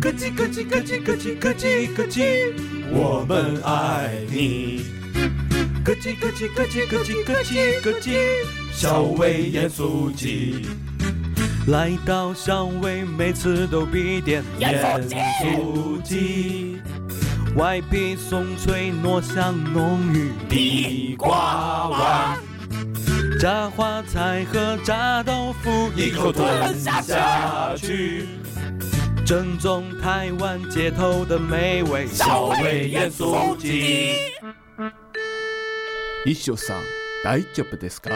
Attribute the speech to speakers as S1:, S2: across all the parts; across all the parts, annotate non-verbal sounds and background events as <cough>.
S1: 咯叽咯叽咯叽咯叽咯叽咯叽，我们爱你。咯叽咯叽咯叽咯叽咯叽咯叽，小伟盐酥鸡。来到小伟，每次都必点盐酥鸡，外皮松脆，糯香浓郁。地瓜丸，炸花菜和炸豆腐，一口吞下去。正宗台湾街头的美味，小味盐酥鸡。
S2: 一休さん、大丈夫ですか？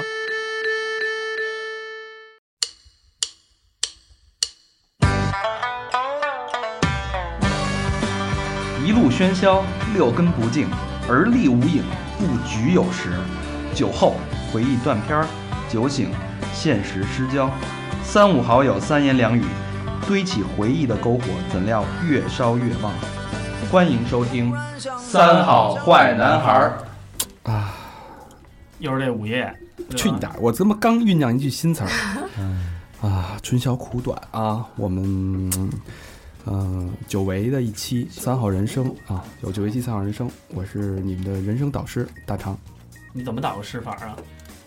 S3: 一路喧嚣，六根不净，而立无影，不局有时。酒后回忆断片儿，酒醒现实失焦。三五好友三言两语，堆起回忆的篝火，怎料越烧越旺。欢迎收听《三好坏男孩儿
S4: 又是这午夜，
S2: 去你
S4: 的！
S2: 大爷！我他妈刚酝酿一句新词儿。啊，春宵苦短啊，我们嗯、呃久违的一期三好人生啊，有久违期三好人生，我是你们的人生导师大长，
S4: 你怎么打过试法啊？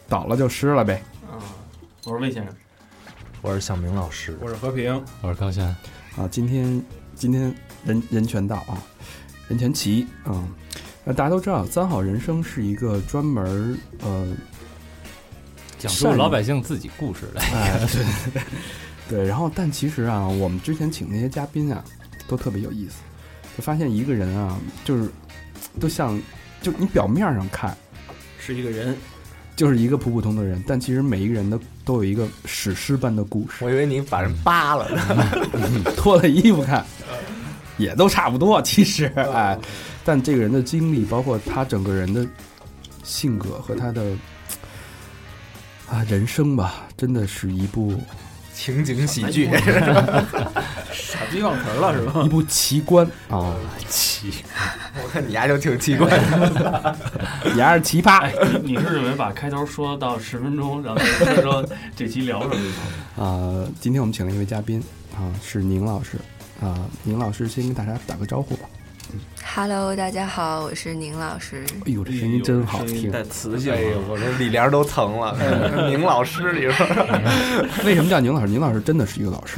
S2: 倒了就湿了呗。
S4: 嗯，我说魏先生，
S5: 我是向明老师，
S6: 我是和平，
S5: 我是高翔。
S2: 啊，今天今天人人权道啊，人权棋啊，那大家都知道，三好人生是一个专门儿呃
S5: 讲
S2: 善
S5: 述
S2: 于
S5: 老百姓自己故事的，
S2: 哎，对 <laughs> 对。然后，但其实啊，我们之前请那些嘉宾啊，都特别有意思，就发现一个人啊，就是都像，就你表面上看
S6: 是一个人，
S2: 就是一个普普通的人，但其实每一个人都都有一个史诗般的故事。
S5: 我以为你把人扒了呢。
S2: <clears throat> 脱了衣服看，也都差不多，其实哎，但这个人的经历，包括他整个人的性格和他的啊人生吧，真的是一部
S5: 情景喜剧， <laughs>
S6: 傻逼忘词儿了是吧？
S2: 一部奇观 <laughs> 啊，
S5: 奇，我看你丫就挺奇怪的。
S2: <laughs> 也是奇葩。
S4: 哎，你你是准备把开头说到十分钟，然后再说这期聊什么？
S2: 呃，今天我们请了一位嘉宾啊、是宁老师啊、宁老师先跟大家打个招呼吧。
S7: Hello，大家好，我是宁老师。
S2: 哎呦，这声音真好听！
S6: 带磁性
S5: 哎。呦，我说李莲都疼了，明老师，你说
S2: <clears throat> 为什么叫宁老师？宁老师真的是一个老师，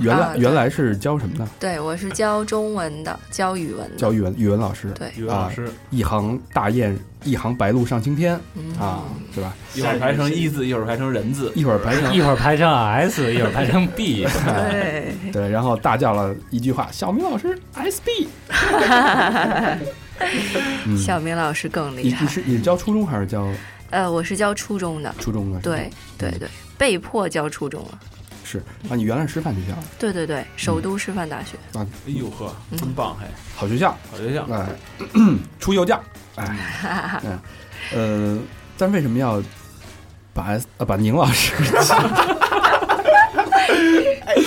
S2: 原来、
S7: 啊对嗯
S2: 原来是教什么的？
S7: 对，我是教中文的，教语文的。
S2: 教语文语文老师。啊
S7: 对，
S6: 语文老师，
S2: 一行大雁，一行白鹭上青天
S7: 嗯，
S2: 啊，是吧？
S6: 一会儿排成一字，一会儿排成人字，
S2: 一会儿排成
S7: <laughs>
S5: 一会儿排成 S，一会儿排成 B，
S7: 对，
S2: 对，然后大叫了一句话：“小明老师，SB。嗯”
S7: 小明老师更
S2: 你
S7: 厉
S2: 你
S7: 害。
S2: 是你是教初中还是教
S7: 呃，我是教初中的，
S2: 初中的？
S7: 对对对，被迫教初中了。
S2: 是啊，你原来是师范学校，
S7: 对对对，首都师范大学。
S6: 哎呦呵，真棒嘿，
S2: 好学校，
S6: 好学校，
S7: 嗯
S2: 哎， <clears throat> 出幼教，哎，
S7: <laughs>
S2: 嗯，呃，但为什么要把 S 呃把宁老师 <laughs> 嗯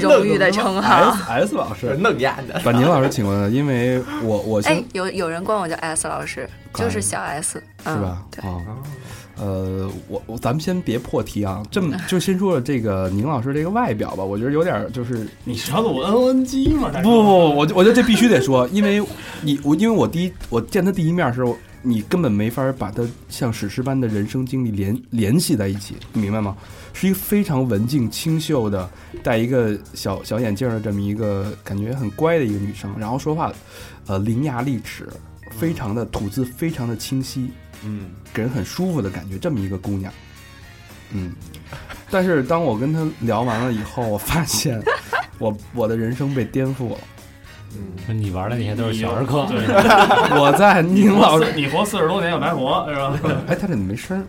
S7: 荣誉的称 <laughs> 号。
S2: S S 老师
S5: 弄丫的。
S2: 把宁老师请过来？因为我我先
S7: 哎，有有人管我叫 S 老师，就是小 S，
S2: 是
S7: 嗯
S2: 吧？
S7: 对，
S2: 啊，呃，我我咱们先别破题啊，这 <laughs> 么就先说了这个宁老师这个外表吧，我觉得有点儿就是
S4: <laughs>
S2: 哎
S4: 你知道我 NNG 吗？
S2: 不不不，我就我觉得这必须得 <laughs> 说，因为你我因为我第一我见他第一面的时候，你根本没法把他像史诗般的人生经历联联系在一起，你明白吗？是一个非常文静清秀的，戴一个小小眼镜儿的这么一个感觉很乖的一个女生，然后说话，呃，伶牙俐齿，非常的吐字非常的清晰，
S6: 嗯，
S2: 给人很舒服的感觉，这么一个姑娘，嗯。但是当我跟她聊完了以后，我发
S4: <laughs>
S2: 现我我的人生被颠覆了。
S5: 你玩的那些都是小儿科，
S4: 对， <laughs>
S2: 我在宁老
S4: 老
S2: 师，
S4: 师，你活四十多年也白活，是吧？
S2: 哎，他怎么没声儿？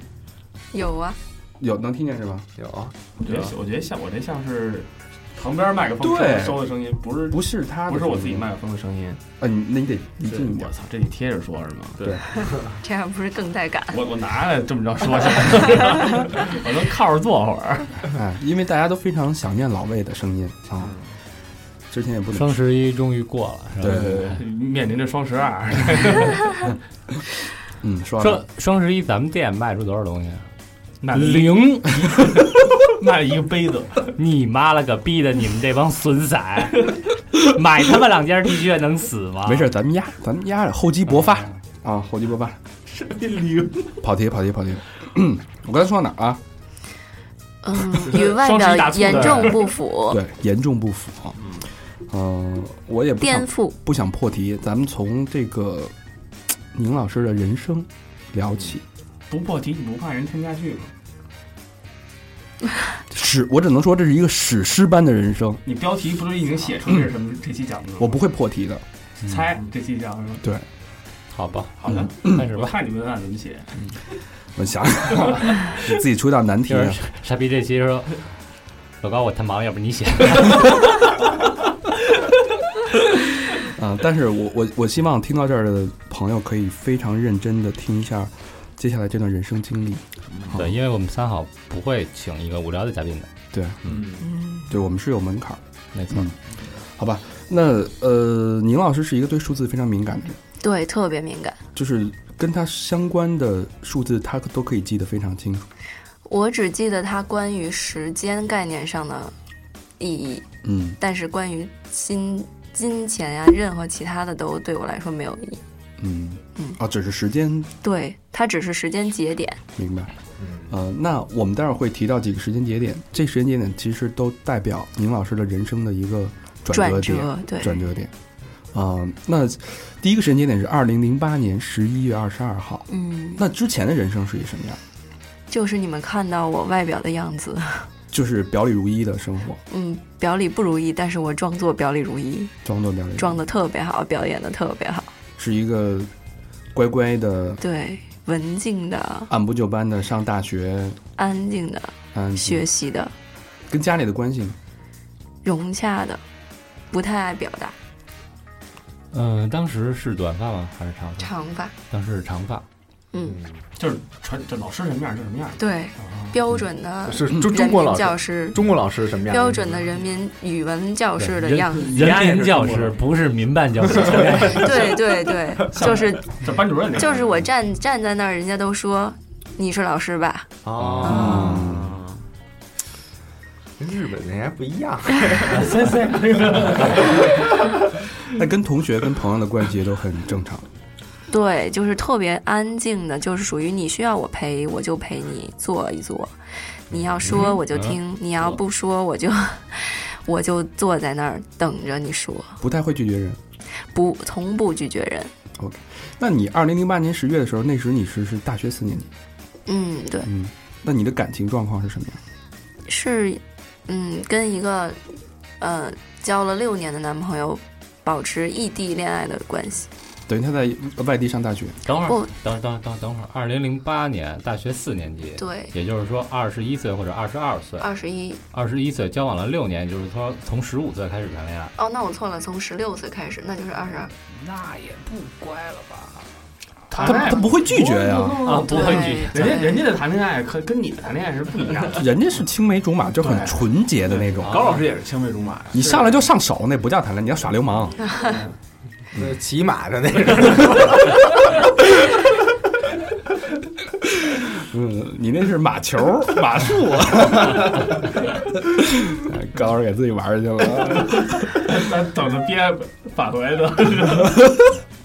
S7: 有啊，
S2: 有能听见是吧？
S5: 有
S4: 我觉得我觉得像我这像是旁边麦克风
S2: 对
S4: 收的声音，不是
S2: 不是他，
S4: 不是我自己麦，克风的声音。
S2: 啊，你那你得离
S4: 是
S2: 近一点
S4: 我。操，这得贴着说是吗？
S7: 这样不是更带感？
S4: 我我拿来这么着说去， <laughs> 我能靠着坐会儿。
S2: 哎，因为大家都非常想念老魏的声音啊。之前也不能
S4: 双十一终于过了，是吧
S2: 对对对，
S5: 面临着双十二，
S2: 嗯，说完了
S4: 双双十一咱们店卖出多少东西啊？
S5: 那
S4: 零，
S5: <laughs> 卖了一个杯子，
S4: 你妈了个逼的！你们这帮损仔，买他妈两件 T 恤能死吗？
S2: 没事，，咱们压，咱们压着，厚积薄发啊，厚积薄发。跑题，跑题，跑题。 <coughs> 我刚才说到哪儿啊？ <laughs>
S7: 嗯，与外
S5: 双十一
S7: 表
S5: 大促
S7: 严重不符，
S2: 对，严重不符啊。嗯，我也不
S7: 颠
S2: 想
S7: 覆。
S2: 不想破题，咱们从这个嘖宁老师的人生聊起。
S5: 不破题你不怕人听不下去吗？
S2: 史，我只能说这是一个史诗般的人生，
S5: 你标题不是已经写出这是什么？这期讲的吗？
S2: 我不会破题的。
S5: 猜这期讲什么？
S4: 好吧，
S5: 好的，
S4: 开始
S5: 我
S4: 吧。
S5: 看你们俩怎么写。
S2: 我想想，你自己出一道难题
S4: 就
S2: 啊。
S4: 是傻逼这期说，老高我太忙，要不你写。
S2: 啊，但是我我我希望听到这儿的朋友可以非常认真的听一下接下来这段人生经历。好
S4: 对，因为我们三好不会请一个无聊的嘉宾的，
S7: 嗯，
S2: 对我们是有门槛儿的，
S4: 没错。
S2: 嗯好吧？那呃，宁老师是一个对数字非常敏感的人，
S7: 对，特别敏感。
S2: 就是跟他相关的数字，他都可以记得非常清楚。
S7: 我只记得它关于时间概念上的意义，
S2: 嗯
S7: 但是关于金金钱呀、任何其他的都对我来说没有意义。
S2: 嗯
S7: 嗯
S2: 啊，只是时间
S7: 对，它只是时间节点。
S2: 明白。
S7: 嗯
S2: 呃，那我们待会儿会提到几个时间节点，这时间节点其实都代表宁老师的人生的一个转折
S7: 转
S2: 点。
S7: 折，对，
S2: 转折点。啊、那第一个时间节点是二零零八年十一月二十二号。
S7: 嗯，
S2: 那之前的人生是一什么样？
S7: 就是你们看到我外表的样子， <laughs>
S2: 就是表里如一的生活，
S7: 嗯，表里不如意，但是我装作表里如一，
S2: 装作表里如一
S7: 装的特别好，表演的特别好，
S2: 是一个乖乖的、
S7: 对，文静的、
S2: 按部就班的上大学，
S7: 安静的、
S2: 嗯，
S7: 学习的、
S2: 跟家里的关系呢
S7: 融洽的，不太爱表达，
S4: 嗯，当时是短发吗？还是长发？
S7: 长发，
S4: 当时是长发。
S7: 嗯，
S5: 就是传，这老师什么样就什么样。
S7: 对，标准的
S3: 哦嗯是中
S7: 人
S3: 中国
S7: 民
S3: 老师，
S7: 教师，
S3: 中国老师什么样？
S7: 标准的人民语文教师的样子，
S4: 人民教师不是民
S5: <laughs>
S4: 办教师，
S7: 对对对， <laughs> 就是
S5: 这班主任那
S7: 就是我站站在那儿，人家都说你是老师吧，
S3: 哦，跟日本人还不一样。
S2: 那跟同学、跟朋友的关系也都很正常。
S7: 对，就是特别安静的，就是属于你需要我陪，我就陪你坐一坐，你要说
S3: 嗯
S7: 我就听，你要不说我就 <laughs> 我就坐在那儿等着你说，
S2: 不太会拒绝人。
S7: 不从不拒绝人。
S2: 那你二零零八年十月的时候，那时你是是大学四年级，
S7: 嗯，对，
S2: 嗯，那你的感情状况是什么样？
S7: 是，嗯，跟一个呃交了六年的男朋友保持异地恋爱的关系。
S2: 等于他在外地上大学，
S4: 等会
S7: 不
S4: 儿，等等等等会儿，二零零八年大学四年级，
S7: 对，
S4: 也就是说二十一岁或者二十二岁，
S7: 二十一
S4: 二十一岁交往了六年，就是说从十五岁开始谈恋爱。
S7: 哦，那我错了，从十六岁开始，那就是二十二。
S4: 那也不乖了吧？
S2: 他
S4: 哎
S2: 他不会拒绝呀、
S5: 啊，不会拒
S7: 对
S5: 人家人家的谈恋爱可跟你的谈恋爱是不一样
S6: <laughs>
S5: 的。
S2: 人家是青梅竹马，就很纯洁的那种。
S6: 高老师也是青梅竹马呀，嗯
S2: 你上来就上手，那不叫谈恋爱，你要耍
S6: <laughs>
S2: 流氓。
S3: 那呃骑马的那个，
S2: <laughs> 嗯，你那是马球、马术。啊 <laughs> 高老师给自己玩儿去了。
S5: 咱等着憋返回的，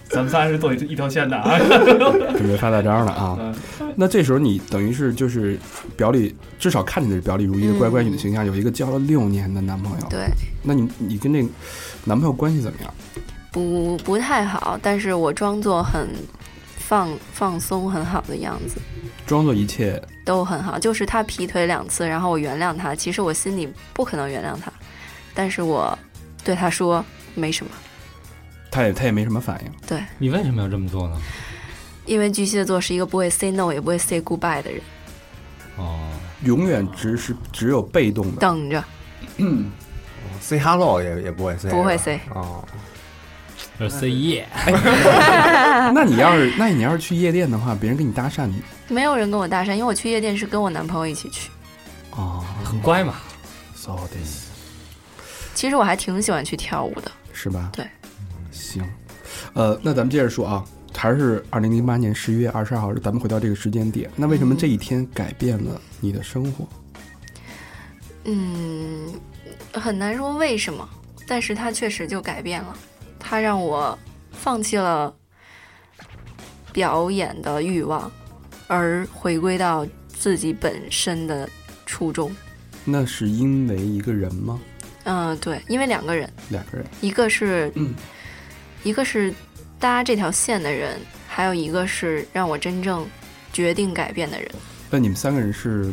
S5: 咱们仨是走一一条线的啊。
S2: 准备发大招了
S6: 嗯
S2: 啊！那这时候你等于是就是表里，至少看起来是表里如一的
S7: 嗯
S2: 乖乖女的形象，有一个交了六年的男朋友。
S7: 对，
S2: 那你你跟这个男朋友关系怎么样？
S7: 不不太好，但是我装作很放放松很好的样子，
S2: 装作一切
S7: 都很好。就是他劈腿两次，然后我原谅他，其实我心里不可能原谅他，但是我对他说没什么，
S2: 他也他也没什么反应。
S4: 你为什么要这么做呢？
S7: 因为巨蟹座是一个不会 say no 也不会 say goodbye 的人，
S4: 哦，
S2: 永远只是只有被动的，
S7: 等着
S3: say hello 也也不会 say，
S7: 不会
S3: 是吧
S7: say
S3: 哦，
S4: 就是
S7: 嗯
S4: E， say yeah，
S2: 那你要是那 <laughs> 你要是去夜店的话，别人跟你搭讪你
S7: 没有人跟我搭讪，因为我去夜店是跟我男朋友一起去。
S2: 哦
S4: 很乖嘛。
S2: ，so this，
S7: 其实我还挺喜欢去跳舞的。
S2: 是吧？
S7: 对，
S2: 行，呃，那咱们接着说啊，还是二零零八年十一月二十二号，咱们回到这个时间点。那为什么这一天改变了你的生活？
S7: 嗯，很难说为什么，但是它确实就改变了，它让我放弃了表演的欲望，而回归到自己本身的初衷。
S2: 那是因为一个人吗？
S7: 嗯、对，因为两个人，
S2: 两个人？
S7: 一个是，
S2: 嗯
S7: 一个是搭这条线的人，还有一个是让我真正决定改变的人，
S2: 那你们三个人是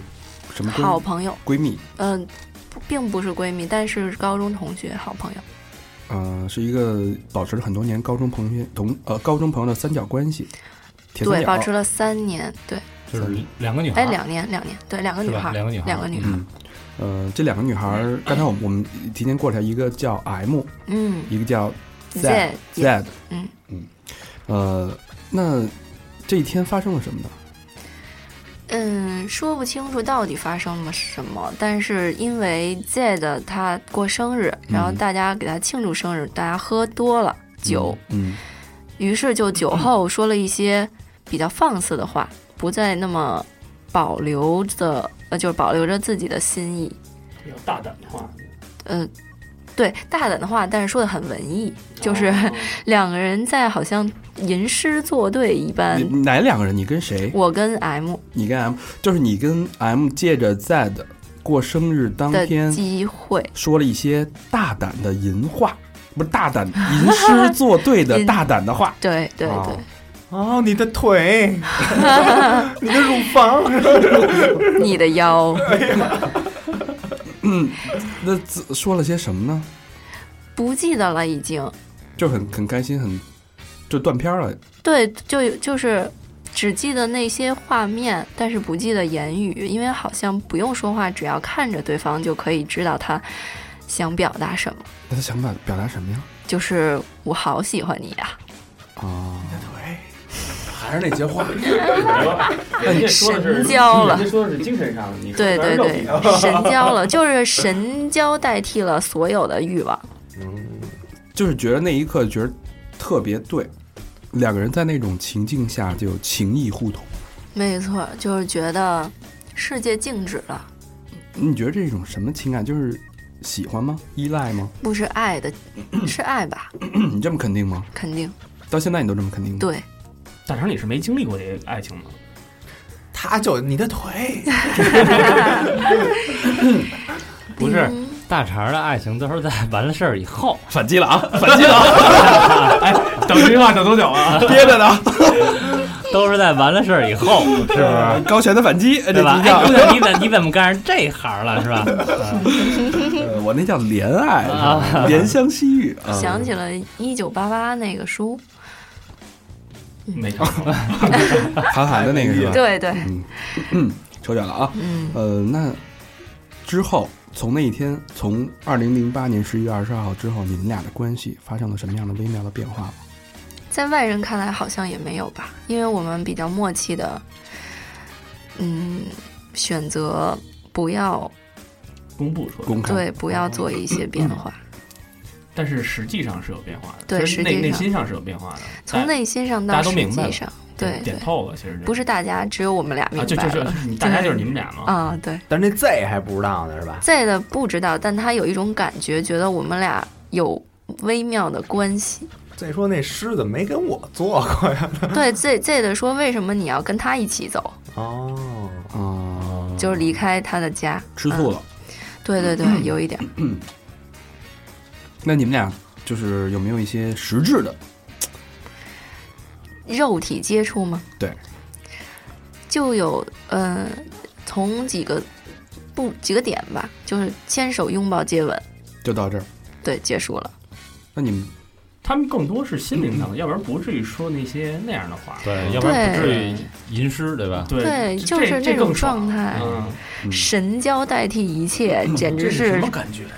S2: 什么
S7: 好
S2: 闺
S7: 朋友。
S2: 闺蜜？
S7: 嗯、不并不是闺蜜，但是高中同学，好朋友。
S2: 呃，是一个保持了很多年高中朋友同呃高中朋友的三角关系，铁三
S7: 对，
S2: 角。
S7: 保持了三年，对，
S5: 嗯
S4: 就是两个女孩
S7: 哎，
S4: 儿，
S7: 两年，两年，对，两个
S4: 是
S7: 女
S4: 吧
S7: 孩儿，
S4: 两个女孩儿
S7: 两个女孩儿，
S2: 嗯，呃，这两个女孩儿，刚才我们我们提前过了一下，一个叫 M，
S7: 嗯
S2: 一个叫
S7: Z，
S2: Z，
S7: 嗯
S2: 嗯，呃，那这一天发生了什么呢？
S7: 嗯，说不清楚到底发生了什么，但是因为 Z 的他过生日，然后
S2: 嗯
S7: 大家给他庆祝生日，大家喝多了酒，
S2: 嗯，
S7: 于是就酒后说了一些比较放肆的话，不再那么保留着，呃，就是保留着自己的心意，
S5: 比较大胆的话，
S7: 呃，对，大胆的话，但是说的很文艺，就是、
S5: 哦
S7: <laughs> 两个人在好像吟诗作对一般
S2: 嗯你。你哪两个人？你跟谁？
S7: 我跟 M
S2: 你跟 M，就是你跟 M 借着 Z 过生日当
S7: 的
S2: 天
S7: 机会，
S2: 说了一些大胆的淫话，不是大胆吟诗作对的
S7: <laughs> 淫
S2: 大胆的话。
S7: 对对
S2: 哦
S7: 对，
S3: 哦，你的 <laughs> 腿，你的乳房，
S7: 你的腰， <laughs>
S2: 嗯那自说了些什么呢？
S7: 不记得了已经。
S2: 就很很开心，很就断片儿了。
S7: 对，就就是只记得那些画面，但是不记得言语，因为好像不用说话，只要看着对方就可以知道他想表达什么。
S2: 那他想表表达什么呀？
S7: 就是我好喜欢你呀、
S2: 啊，
S6: 还是那些话，
S5: 人家说的是
S7: 神交了
S5: 人家说的是精神上的，你说
S7: 对
S5: 的是
S7: 对
S5: 肉
S7: 对
S5: 体上， <laughs>
S7: 神交了，就是神交代替了所有的欲望。
S2: 就是觉得那一刻觉得特别对，两个人在那种情境下就情意互通。
S7: 没错，就是觉得世界静止了，
S2: 你觉得这种什么情感？就是喜欢吗？依赖吗？嗯
S7: 不是爱
S5: <clears throat>
S7: 的，是爱吧？
S2: 你这么肯定吗？
S7: 肯定
S2: 到现在你都这么肯定吗？
S7: 对。
S5: 大成，你是没经历过这爱情吗？
S7: 嗯
S3: 他就你的腿，
S4: 不是大肠的爱情都是在完了事儿以后，
S2: 反击
S3: <laughs>
S2: 了啊！
S5: <laughs> 哎等这句话等多久啊？
S2: 憋着呢，
S4: 都是在完了事儿以后，是
S5: 哎
S4: 不是？
S2: 高悬的反击，哎
S4: 对
S2: 这
S4: 吧？
S2: 就
S4: 哎，
S2: 叫
S4: 姑娘，你怎你怎么干上这行了，是吧？
S2: 呃我那叫怜爱
S4: 啊，
S2: 怜香惜玉
S5: 嗯
S2: 啊。
S7: 想起了一九八八那个书，
S5: 没看过，
S2: 韩寒的那个是吧？
S7: 对对，
S2: 扯远了啊。
S7: 嗯，
S2: 呃，那之后从那一天，从二零零八年十一月二十二号之后，你们俩的关系发生了什么样的微妙的变化吗？
S7: 在外人看来好像也没有吧，因为我们比较默契的，嗯，选择不要
S5: 公布出来。
S2: 公开
S7: 对不
S5: 嗯
S7: 要做一些变化，
S5: 但是实际上是有变化的，
S7: 对
S5: 其实
S7: 实际
S5: 内内
S7: 上
S5: 心上是有变化的，
S7: 从
S5: 大
S7: 内心上
S5: 大
S7: 到
S5: 家都
S7: 实
S5: 明白
S7: 际
S5: 了
S7: 上，对对
S5: 点，透了，其实
S7: 不
S5: 是
S7: 是大家，只有我们俩明
S5: 啊，就
S7: 白
S5: 就
S7: 了嗯
S5: 是 <laughs> 你大家就是你们俩嘛，
S7: 啊，对。
S3: 但是那 Z 还不知道呢，是吧？
S7: 在的不知道，但他有一种感觉，觉得我们俩有微妙的关系。
S3: 再说那狮子没跟我做过呀。
S7: 对，这这的说，为什么你要跟他一起走，
S5: 嗯
S3: 哦，
S2: 啊，
S7: 就是离开他的家？
S2: 吃醋了。
S7: 对对
S5: 嗯
S7: 对，有一点。
S2: 那你们俩就是有没有一些实质的？
S7: 肉体接触吗？
S2: 对，
S7: 就有嗯、呃，从几个不几个点吧，就是牵手、拥抱、接吻，
S2: 就到这儿。
S7: 对，结束了。
S2: 那你们
S5: 他们更多是心灵上的，要不然不至于说那些那样的话。
S4: 对，要
S7: 不然不至
S5: 于
S4: 吟诗，对吧？
S5: 对
S7: 对，
S5: 这
S7: 就是
S5: 这
S7: 那
S5: 这更
S7: 种状
S5: 爽。
S7: 态，
S5: 嗯，
S2: 嗯
S7: 神交代替一切，简直
S6: 什
S7: 是
S6: 么感觉呀？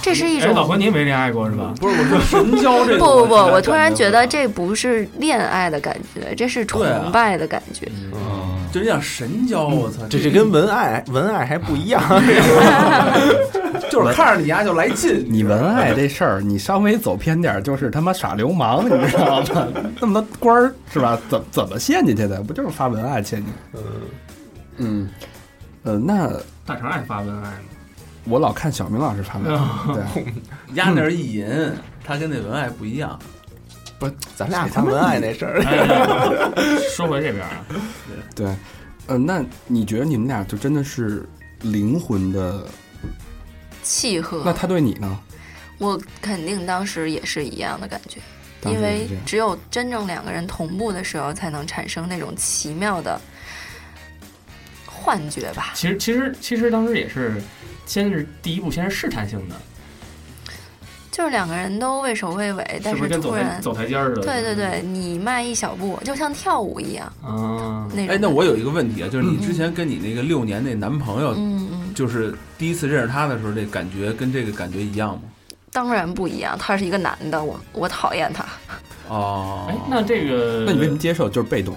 S7: 这是一
S5: 哎，老
S7: 种。
S5: 何，您没恋爱过是吧？
S6: 不是，我说神交这
S7: 不
S6: 个，
S7: 不不，
S5: 啊
S7: 我突然觉得这不是恋爱的感觉，这是崇拜的感觉。
S4: 嗯，
S6: 这有点神交，我操！
S3: 这这跟文爱文爱还不一样，
S6: 就是看着你丫就来劲，
S2: <laughs> 你文爱这事儿，你稍微走偏点儿就是他妈傻流氓，你知道吗？ <laughs> 那么多官儿是吧？怎怎么陷进去的？不就是发文案陷进去？嗯呃，那
S5: 大肠爱发文案
S2: 我老看小明老师发文案，
S5: 吗？
S3: 哦
S2: 对，
S6: 丫那是意淫，他跟那文爱不一样。
S3: 咱俩谈文爱那事儿，
S5: 哎说回这边啊，
S2: 对，呃，那你觉得你们俩就真的是灵魂的？
S7: 契合。
S2: 那他对你呢？
S7: 我肯定当时也是一样的感觉，
S2: 当时
S7: 因
S2: 也
S7: 为
S2: 是这样
S7: 只有真正两个人同步的时候，才能产生那种奇妙的幻觉吧。
S5: 其实其实其实当时也是，先是第一步，先是试探性的，
S7: 就是两个人都畏首畏尾，但
S5: 是不是跟
S7: 突
S5: 走台
S7: 然，
S5: 走台阶儿似的？嗯
S7: 对对对，你迈一小步，就像跳舞一样
S4: 哦
S5: 啊，
S7: 那种。
S6: 哎，那我有一个问题啊，就是你之前跟你那个六年那男朋友，
S7: 嗯嗯，
S6: 就是第一次认识他的时候，这感觉跟这个感觉一样吗？
S7: 当然不一样，他是一个男的，我我讨厌他，
S6: 哦，
S5: 哎，那这个
S2: 那你为什么接受？就是被动。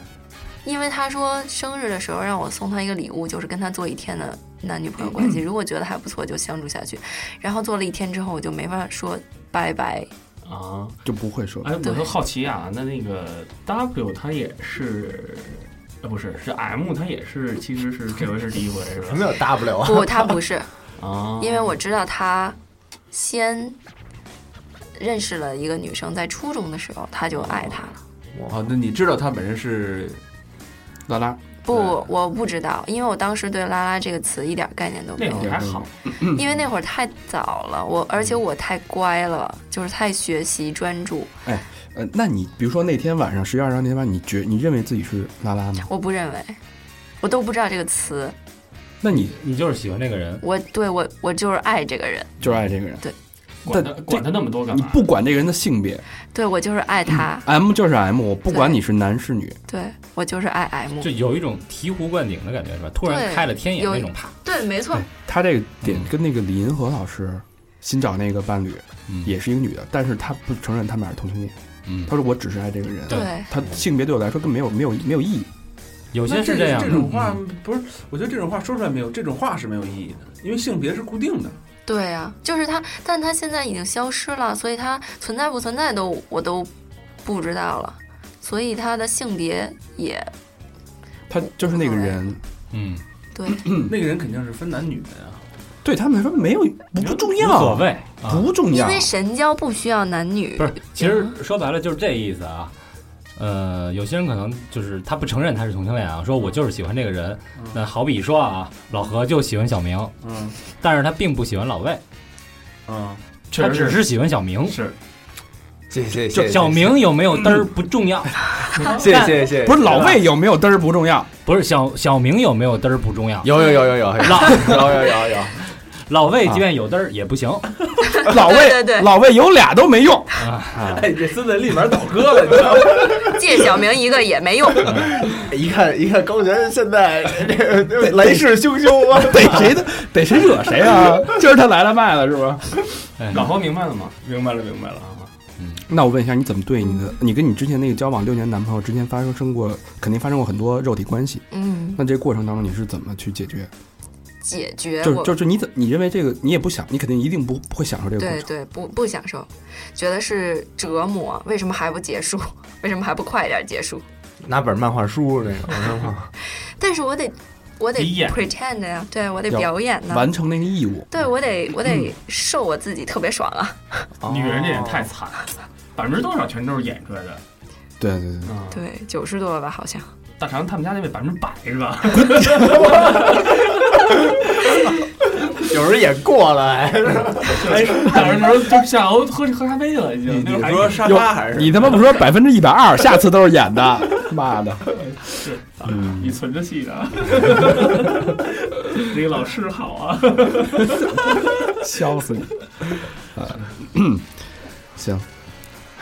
S7: 因为他说生日的时候让我送他一个礼物，就是跟他做一天的男女朋友
S5: 嗯
S7: 关系，如果觉得还不错就相处下去，然后做了一天之后我就没法说拜拜，
S5: <laughs> 啊？
S2: 就不会说
S5: 哎，我
S7: 对
S5: 就好奇啊，那那个 W 他也是，呃，不是，是 M 他也是，其实是这回是第一回是
S3: 什
S5: 吧？
S4: <laughs>
S3: 么叫大不了啊？
S7: 不，他不是，
S5: 啊，
S7: 因为我知道他先认识了一个女生，在初中的时候他就爱她了。
S6: 哦，那你知道他本身是
S2: 拉拉，
S7: 不，我不知道，因为我当时对“拉拉”这个词一点概念都没
S5: 那
S7: 有
S5: 会，儿还好，
S7: 因为那会儿太早了，我而且我太乖了，就是太学习专注，
S2: 呃，那你比如说那天晚上十月二十号那天晚上，你觉你认为自己是拉拉吗？
S7: 我不认为，我都不知道这个词，
S2: 那你
S4: 你就是喜欢这个人，
S7: 我对我我就是爱这个人，
S2: 就是爱这个人，
S5: 管他
S2: 但
S5: 管他那么多干
S2: 你
S5: 嘛？
S2: 不管这个人的性别
S7: 对我就是爱他，
S2: ，M 就是 M，我不管
S7: 对
S2: 你是男是女，
S7: 对我就是爱 M，
S4: 就有一种醍醐灌顶的感觉，是吧？突然
S7: 对
S4: 开了天眼
S7: 有
S4: 那种，啪，
S7: 对，没错，
S2: 他
S7: 嗯
S2: 这个点跟那个李银河老师新找那个伴侣
S4: 嗯
S2: 也是一个女的，但是他不承认他们俩是同性恋，
S4: 嗯
S2: 他，说我只是爱这个人，
S7: 对，
S2: 他性别对我来说根本没有没有没有意义。
S4: 有
S6: 那
S4: 些是样
S6: 这
S4: 的，
S6: 种话不是，我觉得这种话说出来没有，这种话是没有意义的，因为性别是固定的。
S7: 对啊，就是他，但他现在已经消失了，所以他存在不存在都我都不知道了，所以他的性别也
S2: 他就是那个人，
S4: 嗯，
S2: <clears throat>
S7: 对，
S6: 那个人肯定是分男女的呀。
S2: 对他们来说没有不不重
S4: 无所
S2: 要，
S4: 谓啊。
S2: 不重
S7: 因
S2: 要。
S7: 为神交不需要男女，
S4: 不
S5: 嗯
S4: 是，其实说白了就是这意思啊。呃，有些人可能就是他不承认他是同性恋啊，说我就是喜欢这个人。
S5: 嗯
S4: 那好比说啊，老何就喜欢小明，
S6: 嗯
S4: 但是他并不喜欢老魏，
S6: 嗯，
S5: 确
S4: 他只
S5: 实
S4: 是喜欢小明。
S5: 是
S3: 谢谢
S4: 就
S3: 谢
S4: 小，明有没有嘚儿不重
S5: 嗯
S4: 要，
S3: 谢谢谢谢，
S2: 不是老魏有没有嘚儿不重要，
S4: 不是小小明有没有嘚儿不重要，
S3: 有有有有
S2: <laughs>
S3: 有有有有有有，
S4: 老魏即便有嘚儿也不行。
S5: 嗯
S2: 老魏
S7: 对对
S2: 老魏有俩都没用，
S6: 哎，这孙子立马倒戈了，你知道吗？
S7: 借小明一个也
S2: <laughs>
S7: 没用，
S3: 一看一看高璇现在 <laughs> 这这来势汹汹啊，
S2: 逮谁的逮谁惹谁啊？今儿他来了卖了是吧？
S4: 哎，
S5: 老何明白了吗？
S6: 明白了，明白了。
S5: 啊，
S2: 那我问一下，你怎么对你的你跟你之前那个交往六年男朋友之间发生过肯定发生过很多肉体关系，
S7: 嗯，
S2: 那这个过程当中你是怎么去解决？
S7: 解决
S2: 就是
S7: 哎我，
S2: 就是你怎你认为这个你也不想，你肯定一定不不会享受这个过
S7: 对
S2: 程。
S7: 对，不不享受，觉得是折磨，为什么还不结束？ <laughs> 为什么还不快点结束？
S3: 拿本漫画书那个，
S7: 但是我得我得
S5: 你演
S7: pretend 呀，对我得
S2: 要
S7: 表演呢，
S2: 完嗯成那个义务，
S7: 对我得我得受我自己特别爽啊！
S3: 哦
S5: 女人这也太惨了，百分之多少全都是演出来的
S2: 对对对对，
S3: 嗯
S5: 啊？
S7: 对，九十多吧，好像
S5: 大肠他们家那位百分之百是 <laughs> 吧？
S3: 有人也过来，
S5: 大肠说就下楼喝喝咖啡去了，已
S6: 你
S5: 经。
S6: 你说沙发还是
S2: 你他妈不说百分之一百二，下次都是演的， <laughs> 妈的！
S5: 你存着戏
S7: <laughs>
S5: 呢？那个老师好啊，
S2: 笑死你！
S7: <laughs>
S2: 啊， <coughs> 行，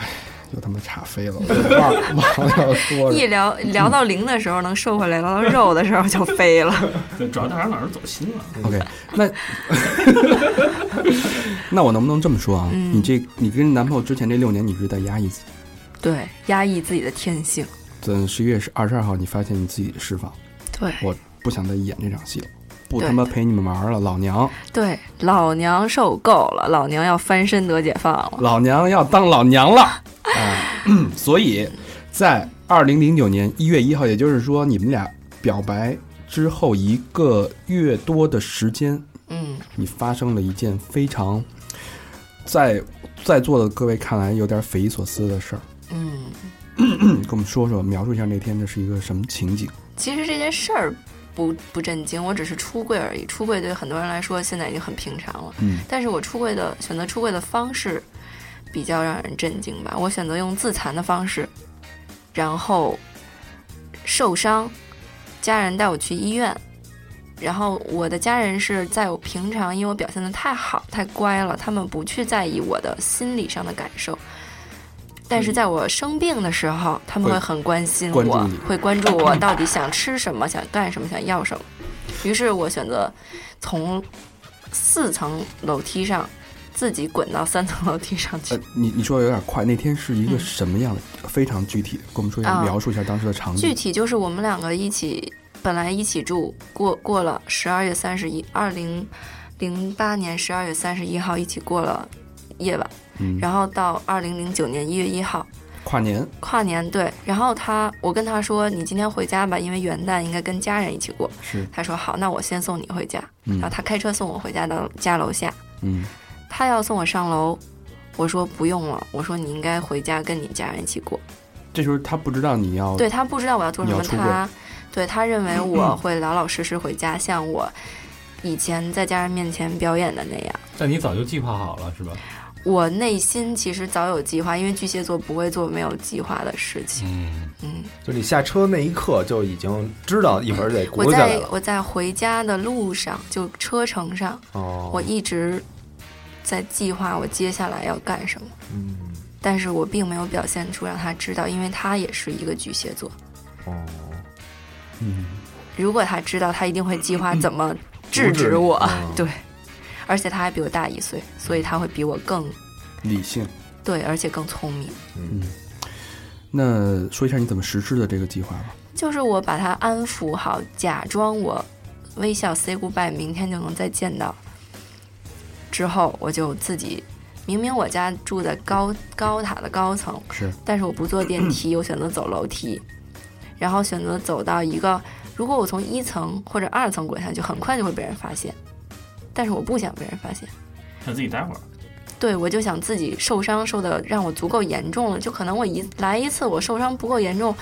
S2: 哎，又他妈岔飞了，我忘忘了要说了。
S7: 一聊聊到零的时候能瘦回来，聊到肉的时候就飞了。 <laughs>
S5: 对，主要大肠老师走心了。
S2: OK，那
S7: 嗯
S2: <laughs> 那我能不能这么说啊？
S7: 嗯
S2: 你这你跟男朋友之前这六年，你是在压抑自己。
S7: 对，压抑自己的天性。
S2: 等十一月二十二号，你发现你自己的释放，
S7: 对
S2: 不想再演这场戏了，不
S7: 对哦
S2: 他妈陪你们玩了，老娘
S7: 对，老娘受够了，老娘要翻身得解放了。
S2: 老娘要当老娘了，哎，所以在二零零九年一月一号，也就是说你们俩表白之后一个月多的时间，
S7: 嗯，
S2: 你发生了一件非常在在座的各位看来有点匪夷所思的事儿，
S7: 嗯，
S2: 嗯跟我们说说，描述一下那天的是一个什么情景？
S7: 其实这件事儿不不震惊，我只是出柜而已。出柜对很多人来说现在已经很平常了，
S2: 嗯，
S7: 但是我出柜的选择出柜的方式比较让人震惊吧。我选择用自残的方式，然后受伤，家人带我去医院。然后我的家人是在我平常，因为我表现的太好、太乖了，他们不去在意我的心理上的感受。但是在我生病的时候，他
S2: 嗯
S7: 们
S2: 会
S7: 会很关心
S2: 关注
S7: 我
S2: 你，
S7: 会关注我到底想吃什么、想干什么、想要什么。于是我选择从四层楼梯上自己滚到三层楼梯上去。
S2: 呃，你你说的有点快，那天是一个
S7: 嗯
S2: 什么样的？非常具体的，跟我们说一下，
S7: 啊
S2: 描述一下当时的场
S7: 具
S2: 景。
S7: 体就是我们两个一起，本来一起住，过过了十二月三十一，二零零八年十二月三十一号一起过了夜晚，
S2: 嗯，
S7: 然后到二零零九年一月一号
S2: 跨年，
S7: 跨年，对，然后他我跟他说你今天回家吧，因为元旦应该跟家人一起过，
S2: 是，
S7: 他说好，那我先送你回家，
S2: 嗯
S7: 然后他开车送我回家到家楼下，
S2: 嗯，
S7: 他要送我上楼，我说不用了，我说你应该回家跟你家人一起过。
S2: 这时候他不知道你
S3: 哦
S2: 要
S7: 对他不知道我要做什
S2: 你
S7: 么，
S2: 要出
S7: 他对他认为我会老老实实回家，像我以前在家人面前表演的那样。
S4: 但你早就计划好了是吧？
S7: 我内心其实早有计划，因为巨蟹座不会做没有计划的事情。
S4: 嗯，
S7: 嗯，
S3: 就你下车那一刻就已经知道一会儿得
S7: 我
S3: 轱辘下来
S7: 在
S3: 了。
S7: 我在回家的路上，就车程上，
S3: 哦，
S7: 我一直在计划我接下来要干什么，
S3: 嗯，
S7: 但是我并没有表现出让他知道，因为他也是一个巨蟹座。
S3: 哦，
S7: 如果他知道，他一定会计划怎么制
S3: 阻止
S7: 止
S3: 你
S7: 我。
S3: 嗯
S7: <laughs> 对，而且他还比我大一岁，所以他会比我更
S2: 理性。
S7: 对，而且更聪明。
S3: 嗯，
S2: 那说一下你怎么实施的这个计划吧。
S7: 就是我把他安抚好，假装我微笑 say goodbye，明天就能再见到。之后我就自己，明明我家住在高高塔的高层，
S2: 是，
S7: 但是我不坐电梯，我选择走楼梯，然后选择走到一个，如果我从一层或者二层滚下去，很快就会被人发现，但是我不想被人发现，
S5: 他自己待会儿。
S7: 对我就想自己受伤受的让我足够严重了，就可能我一来一次我受伤不够严重，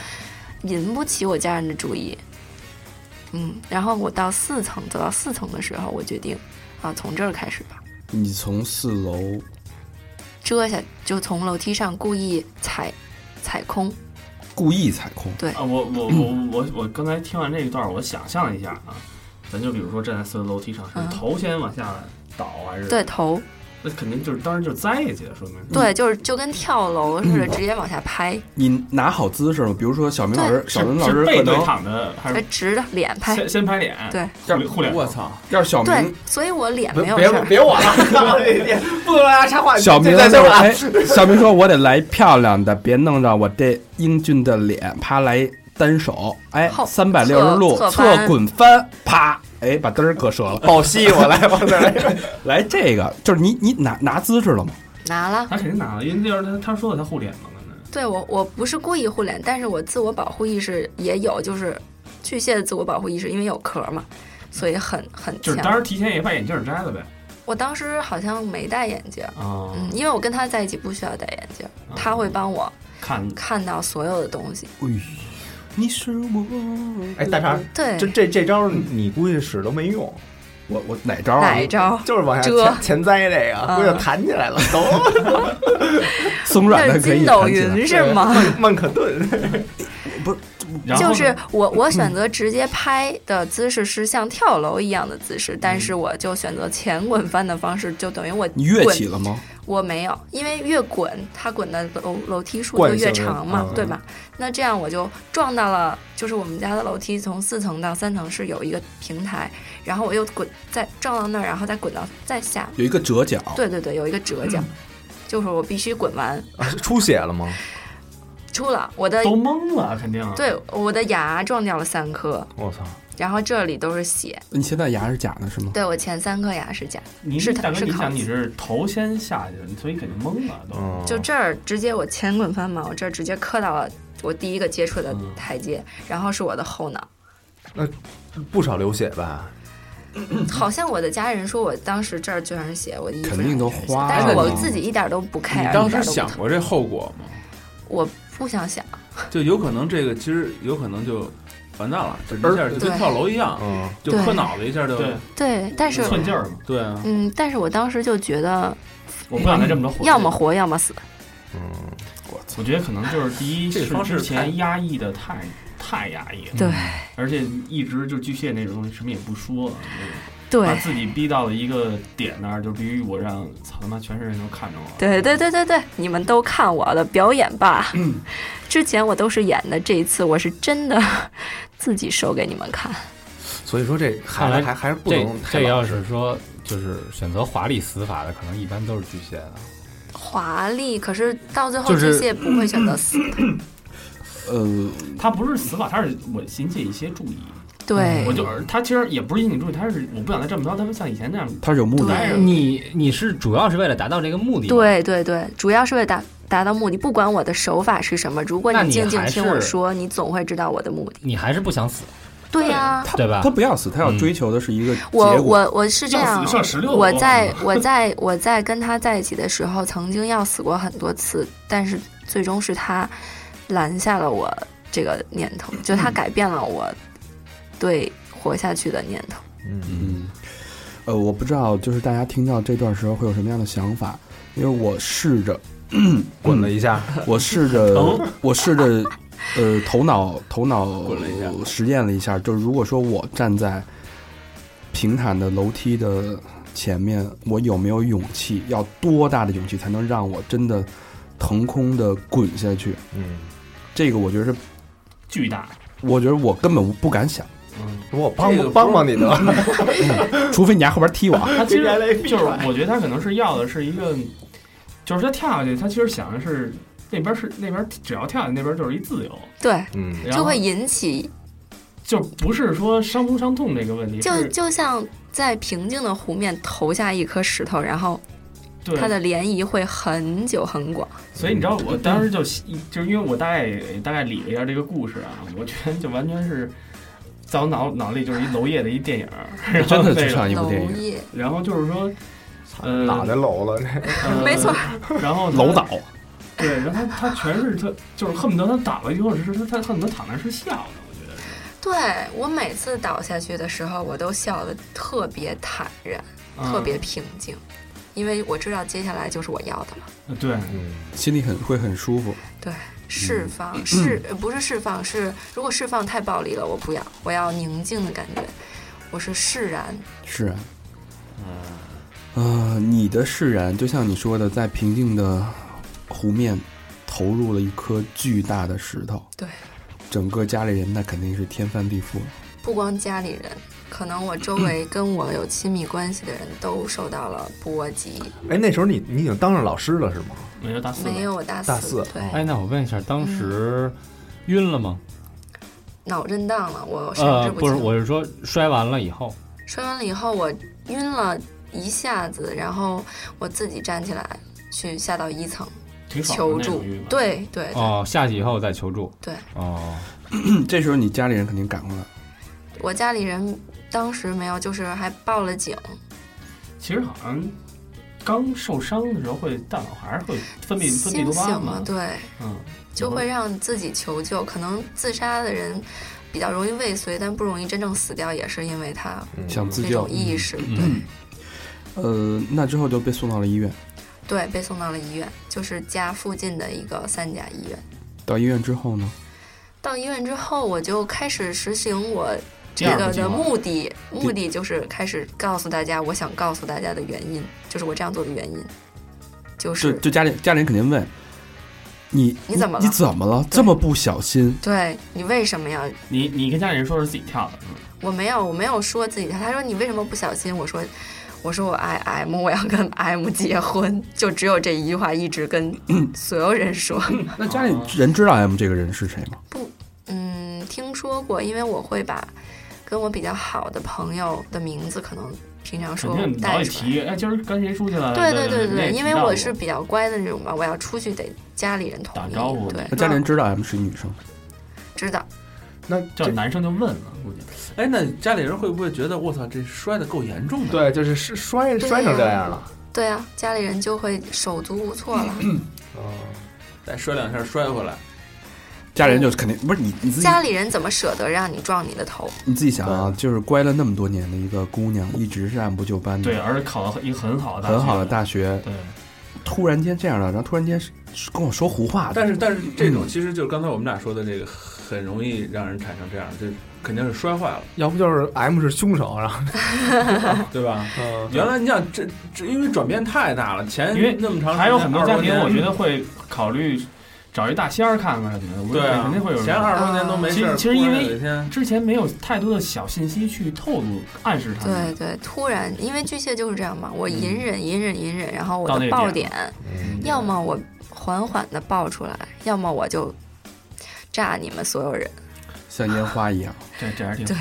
S7: 引不起我家人的注意，嗯，然后我到四层走到四层的时候，我决定啊从这儿开始吧。
S2: 你从四楼
S7: 遮下就从楼梯上故意踩踩空，
S2: 故意踩空，
S5: 啊，我我我我我刚才听完这一段儿，我想象一下啊，咱就比如说站在四楼楼梯上，是
S7: 嗯
S5: 头先往下倒还是？
S7: 对，头
S5: 那肯定就是当时就栽下去了，说明是。嗯
S7: 对，就是就跟跳楼似的，直接往下拍，
S2: 你拿好姿势吗？比如说小明老师，小明
S5: 是
S2: 老师
S5: 是
S2: 可
S5: 背对
S2: 能
S5: 躺着还
S7: 呃
S5: 是
S7: 直着脸拍。
S5: 先先拍脸？
S7: 对，
S5: 护护脸。
S6: 我操，
S2: 要是小
S7: 对
S2: 明，，
S7: 所以我脸
S3: 别
S7: 没有
S3: 别
S7: 事儿。
S3: 别我
S7: <laughs>
S3: 了，不能让大家插
S7: 啊
S3: 话。
S2: 小明
S3: 再
S2: 说
S3: 再
S2: 哎，小明说我得来漂亮的，别弄着我这英俊的脸，啪来单手，哎，
S7: 后
S2: 三百六十度
S7: 侧侧翻
S2: 侧滚翻，啪，哎，把灯儿割折了。
S3: 抱膝，我来，我来。
S2: <laughs> 来这个，就是你你拿拿姿势了吗？
S7: 拿了，
S5: 他肯定拿了，因为那时候他他说了他护脸嘛，可能。
S7: 对我我不是故意护脸，但是我自我保护意识也有，就是巨蟹的自我保护意识，因为有壳嘛，所以很很
S5: 就是
S7: 强。
S5: 当时提前也把眼镜摘了呗。
S7: 我当时好像没戴眼镜，
S5: 啊，
S7: 嗯，因为我跟他在一起不需要戴眼镜，
S5: 哦
S7: 他会帮我
S5: 看
S7: 看到所有的东西。
S2: 你是我，
S3: 哎，大肠，
S7: 对
S3: 这，这这招你估计使都没用，
S2: 我我哪招、啊？
S7: 哪一招？
S3: 就是往下
S7: 遮
S3: 前前栽这个，
S7: 嗯
S3: 估计就弹起来了，走，
S7: <laughs>
S2: 松软
S7: 那
S2: 的
S7: 是
S2: 可以
S7: 筋
S2: 弹
S7: 斗
S2: 起来。
S7: 云是
S3: <laughs>
S7: 吗？
S3: 曼可顿。
S5: 然后
S7: 就
S5: 呢
S7: 是
S5: <clears throat>
S7: 我我选择直接拍的姿势是像跳楼一样的姿势，但是我就选择前滚翻的方式，就等于我
S2: 嗯你跃
S7: 滚
S2: 起了吗？
S7: 我没有，因为越滚它滚的楼楼梯数就
S3: 惯性
S7: 越长嘛
S3: 嗯，
S7: 对吧？那这样我就撞到了，就是我们家的楼梯从四层到三层是有一个平台，然后我又滚再撞到那儿，然后再滚到再下，
S2: 有一个折角，
S7: 对对对，有一个折
S2: 嗯
S7: 角，就是我必须滚完
S3: 啊是出血了吗？
S7: 出了我的
S5: 都懵了，肯定。
S7: 对我的牙撞掉了三颗，
S3: 我操！
S7: 然后这里都是血。
S2: 你现在牙是假的是吗？
S7: 对我前三颗牙是假的，
S5: 你
S7: 是
S5: 大哥，
S7: 是
S5: 你
S7: 靠
S5: 想你
S7: 近
S5: 是头先下去的，所以肯定懵了
S6: 嗯
S5: 都。
S7: 就这儿直接我前滚翻毛，这儿直接磕到了我第一个接触的台阶，然后是我的后脑。
S3: 不少流血吧？
S7: 好像我的家人说我当时这儿居然是血，我的衣服
S2: 肯定都花了
S7: 但是我自己一点都不
S6: 你
S7: care，
S6: 当
S7: 一点
S6: 时
S7: 都不
S6: 想
S7: 疼
S6: 过这后果吗？
S7: 我不想想，
S6: 就有可能这个其实有可能就完蛋了，就一下就
S7: 对
S6: 跟跳楼一样，
S3: 嗯，
S6: 就
S7: 对
S6: 磕脑袋一下就
S5: 对，
S7: 对，但是
S5: 寸劲儿嘛，
S6: 对啊，
S7: 嗯，但是我当时就觉得
S5: 我不想再这么着活着。
S7: 要么活要么死，
S5: 我觉得可能就是第一
S6: 这个
S5: 是
S6: 方式
S5: 之
S6: 太
S5: 前压抑的太太压抑
S4: 嗯
S5: 了，
S7: 对
S5: 而且一直就巨蟹那种东西什么也不说，
S7: 对
S5: 把自己逼到了一个点那儿，就必须我让操他妈全世界都看着我。
S7: 对对对对对，你们都看我的表演吧。
S4: 嗯
S7: 之前我都是演的，这一次我是真的自己手给你们看。
S3: 所以说这
S4: 看
S3: 孩子
S4: 来
S3: 还还是不
S4: 这
S3: 能太
S4: 这
S3: 老
S4: 要
S3: 实
S4: 是说就是选择华丽死法的，可能一般都是巨蟹的。
S7: 华丽，可是到最后
S4: 就是嗯
S7: 这些不会选择死。
S2: 呃，
S5: 他不是死法，他是我引起一些注意，
S7: 对
S4: 嗯
S5: 我就
S3: 嗯
S5: 而他其实也不是引起注意，他是我不想再这么着，他们像以前那样
S2: 它是有目的
S7: 对，
S5: 待着。
S4: 你你是主要是为了达到这个目的，，
S7: 对对对，主要是为达达到目的，不管我的手法是什么，如果
S4: 那你
S7: 静静
S4: 还
S7: 听我
S4: 是
S7: 说，你总会知道我的目的。
S4: 你还是不想死，
S7: 对啊呀、
S2: 它
S4: 对吧
S2: 它不要死，它要
S4: 嗯
S2: 追求的是一个结果。
S7: 我我我是这
S5: 要
S7: 样
S5: 死，上16
S7: 我
S5: 楼
S7: 在
S2: <laughs>
S7: 我在我在跟他在一起的时候，曾经要死过很多次，但是最终是他拦下了我这个念头，
S2: 嗯
S7: 就他改变了我对活下去的念头。
S2: 嗯，呃，我不知道，就是大家听到这段时候会有什么样的想法，因为我试 <laughs> 着，
S3: 滚了一下，
S2: 我试着，我试着，呃，头脑头脑
S6: 滚了一下
S2: 实验了一下，就是如果说我站在平坦的楼梯的前面，我有没有勇气？要多大的勇气才能让我真的腾空的滚下去？
S3: 嗯，
S2: 这个我觉得是，
S5: 巨大，
S7: 嗯
S2: 我觉得我根本不敢想，
S5: 嗯，
S3: 我帮
S6: 这个不是
S3: 帮帮你得 <laughs> 了，
S2: 除非你家后边踢我啊。 <laughs>
S5: 他其实
S3: 原来是
S5: 就是我觉得他可能是要的是一个，就是他跳下去，他其实想的是那边是那边只要跳下去那边就是一自由，
S7: 对，
S3: 嗯，
S5: 然后
S7: 就会引起，
S5: 就不是说伤不伤痛这个问题，
S7: 就是就像在平静的湖面投下一颗石头，然后
S5: 对
S7: 它的涟漪会很久很广。
S5: 所以你知道，我当时就
S7: 嗯
S5: 就是因为我大概大概理了一下这个故事啊，我觉得就完全是在我脑脑里就是一娄烨的一电影儿，然后
S2: 真 <laughs> 的
S5: 那
S2: 就
S5: 个
S2: 啊像一部
S7: 娄
S2: 电影，
S7: 烨，
S5: 然后就是说，呃，
S3: 哪的楼了？
S5: 呃
S7: 没错，
S5: 然后
S2: 楼倒，
S5: 对，然后他他全是他就是恨不得他打了以后是他他恨不得躺那儿是笑的，我觉得是
S7: 对我每次倒下去的时候，我都笑得特别坦然，
S5: 嗯
S7: 特别平静，因为我知道接下来就是我要的了。
S5: 嗯对，
S3: 嗯
S2: 心里很会很舒服。
S7: 释放释呃不是释放，是如果释放太暴力了，我不要，我要宁静的感觉，我是释然。
S2: 释然。嗯呃，你的释然就像你说的，在平静的湖面投入了一颗巨大的石头。
S7: 对，
S2: 整个家里人那肯定是天翻地覆了。
S7: 不光家里人，可能我周围跟我有亲密关系的人都受到了波及。
S3: 哎，那时候你你已经当上老师了是吗？
S5: 没有大四
S7: 没有嗯我大四，
S3: 大四
S7: 对，
S4: 嗯哎，那我问一下，当时晕了吗？
S7: 脑震荡了，我神
S4: 呃
S7: 志，
S4: 不是，
S7: 清。
S4: 我是说摔完了以后，
S7: 摔完了以后，我晕了一下子，然后我自己站起来去下到一层
S5: 挺爽的
S7: 求
S5: 那
S7: 助
S5: 种欲。望，
S7: 对对哎对，
S4: 哦，下去以后再求助，
S7: 对，
S4: 哦，
S2: 嗯这时候你家里人肯定赶过来，
S7: 我家里人当时没有，就是还报了警。
S5: 其实好像刚受伤的时候会大脑还是会分泌分泌
S7: 清
S5: 多巴
S7: 醒
S5: 胺
S7: 了
S5: 嘛，，
S7: 对，
S5: 嗯，
S7: 就会让自己求救。可能自杀的人比较容易未遂，但不容易真正死掉，也是因为他
S3: 嗯
S2: 想自
S7: 这
S2: 救
S7: 种。意识。
S4: 嗯，
S2: 呃，那之后就被送到了医院。
S7: 对，被送到了医院，就是家附近的一个三甲医院。
S2: 到医院之后呢，
S7: 到医院之后，我就开始实行我
S5: 第
S7: 这
S5: 二
S7: 个
S5: 个计
S7: 的
S5: 划
S7: 目的，目的就是开始告诉大家，我想告诉大家的原因，就是我这样做的原因，就
S2: 就是就家里家里人肯定问你
S7: 你怎么了
S2: 你怎么了？这么不小心，
S7: 对你为什么要？
S5: 你你跟家里人说是自己跳的，嗯
S7: 我没有，我没有说自己，他说你为什么不小心？我说。我说我爱 M，我要跟 M 结婚，就只有这一句话一直跟
S5: 嗯
S7: 所有人说。
S2: 那家里人知道 M 这个人是谁吗？
S7: 嗯，听说过，因为我会把各跟我比较好的朋友的名字，可能平常
S5: 肯
S7: 说
S5: 定老
S7: 带
S5: 得
S7: 出来。
S5: 提，哎，今儿跟谁出去了？
S7: 对对对
S5: 那也
S7: 对，
S5: 提
S7: 因为
S5: 到过
S7: 我是比较乖的那种吧，我要出去得家里人同
S5: 打
S7: 意
S5: 招呼，
S7: 对
S2: 那，家里人知道 M 是女生，
S7: 知道。
S3: 那
S5: 叫男生就问了，估计
S6: 哎，那家里人会不会觉得我操，这摔的够严重的？，
S3: 对，就是是摔摔成这样了。
S7: 对啊，家里人就会手足无措
S5: <laughs>
S7: 了。
S3: 嗯
S6: 再摔两下摔回来，
S2: 家里人就是肯定不是你你自己
S7: 家里人怎么舍得让你撞你的头？
S2: 你自己想啊，就是乖了那么多年的一个姑娘，一直是按部就班的，
S4: 嗯
S5: 对，而且考了一个很好的大学
S2: 很好的啊大学，
S5: 对，
S2: 突然间这样了，然后突然间跟我说胡话，
S6: 但是但是这
S5: 嗯
S6: 种其实就是刚才我们俩说的这个，很容易让人产生这样，这肯定是摔坏了，
S3: 要不就是 M 是凶手，然后
S6: 对
S5: <laughs>
S6: 吧？
S3: 嗯
S6: 原来你想这这因为转变太大了，前
S5: 因为
S6: 那么长时间
S5: 还有很多家庭，
S6: 20
S5: 我觉得会考虑找一大仙儿看看什么的，我
S6: 对啊，
S5: 肯定会有人
S6: 前二十多年都没事儿，
S5: 其实其实因
S6: 突
S5: 为
S6: 然有一天
S5: 之前没有太多的小信息去透露暗示他
S7: 对
S5: 们，
S7: 对，突然，因为巨蟹就是这样嘛，我隐忍、隐忍、隐忍，然后
S5: 嗯
S7: 我
S5: 到
S7: 的
S5: 那
S7: 爆
S5: 个点嗯
S7: 点，要么我缓缓的爆出来，要么我就炸你们所有人。
S2: 像烟花一样，
S5: 这这还是挺
S7: 对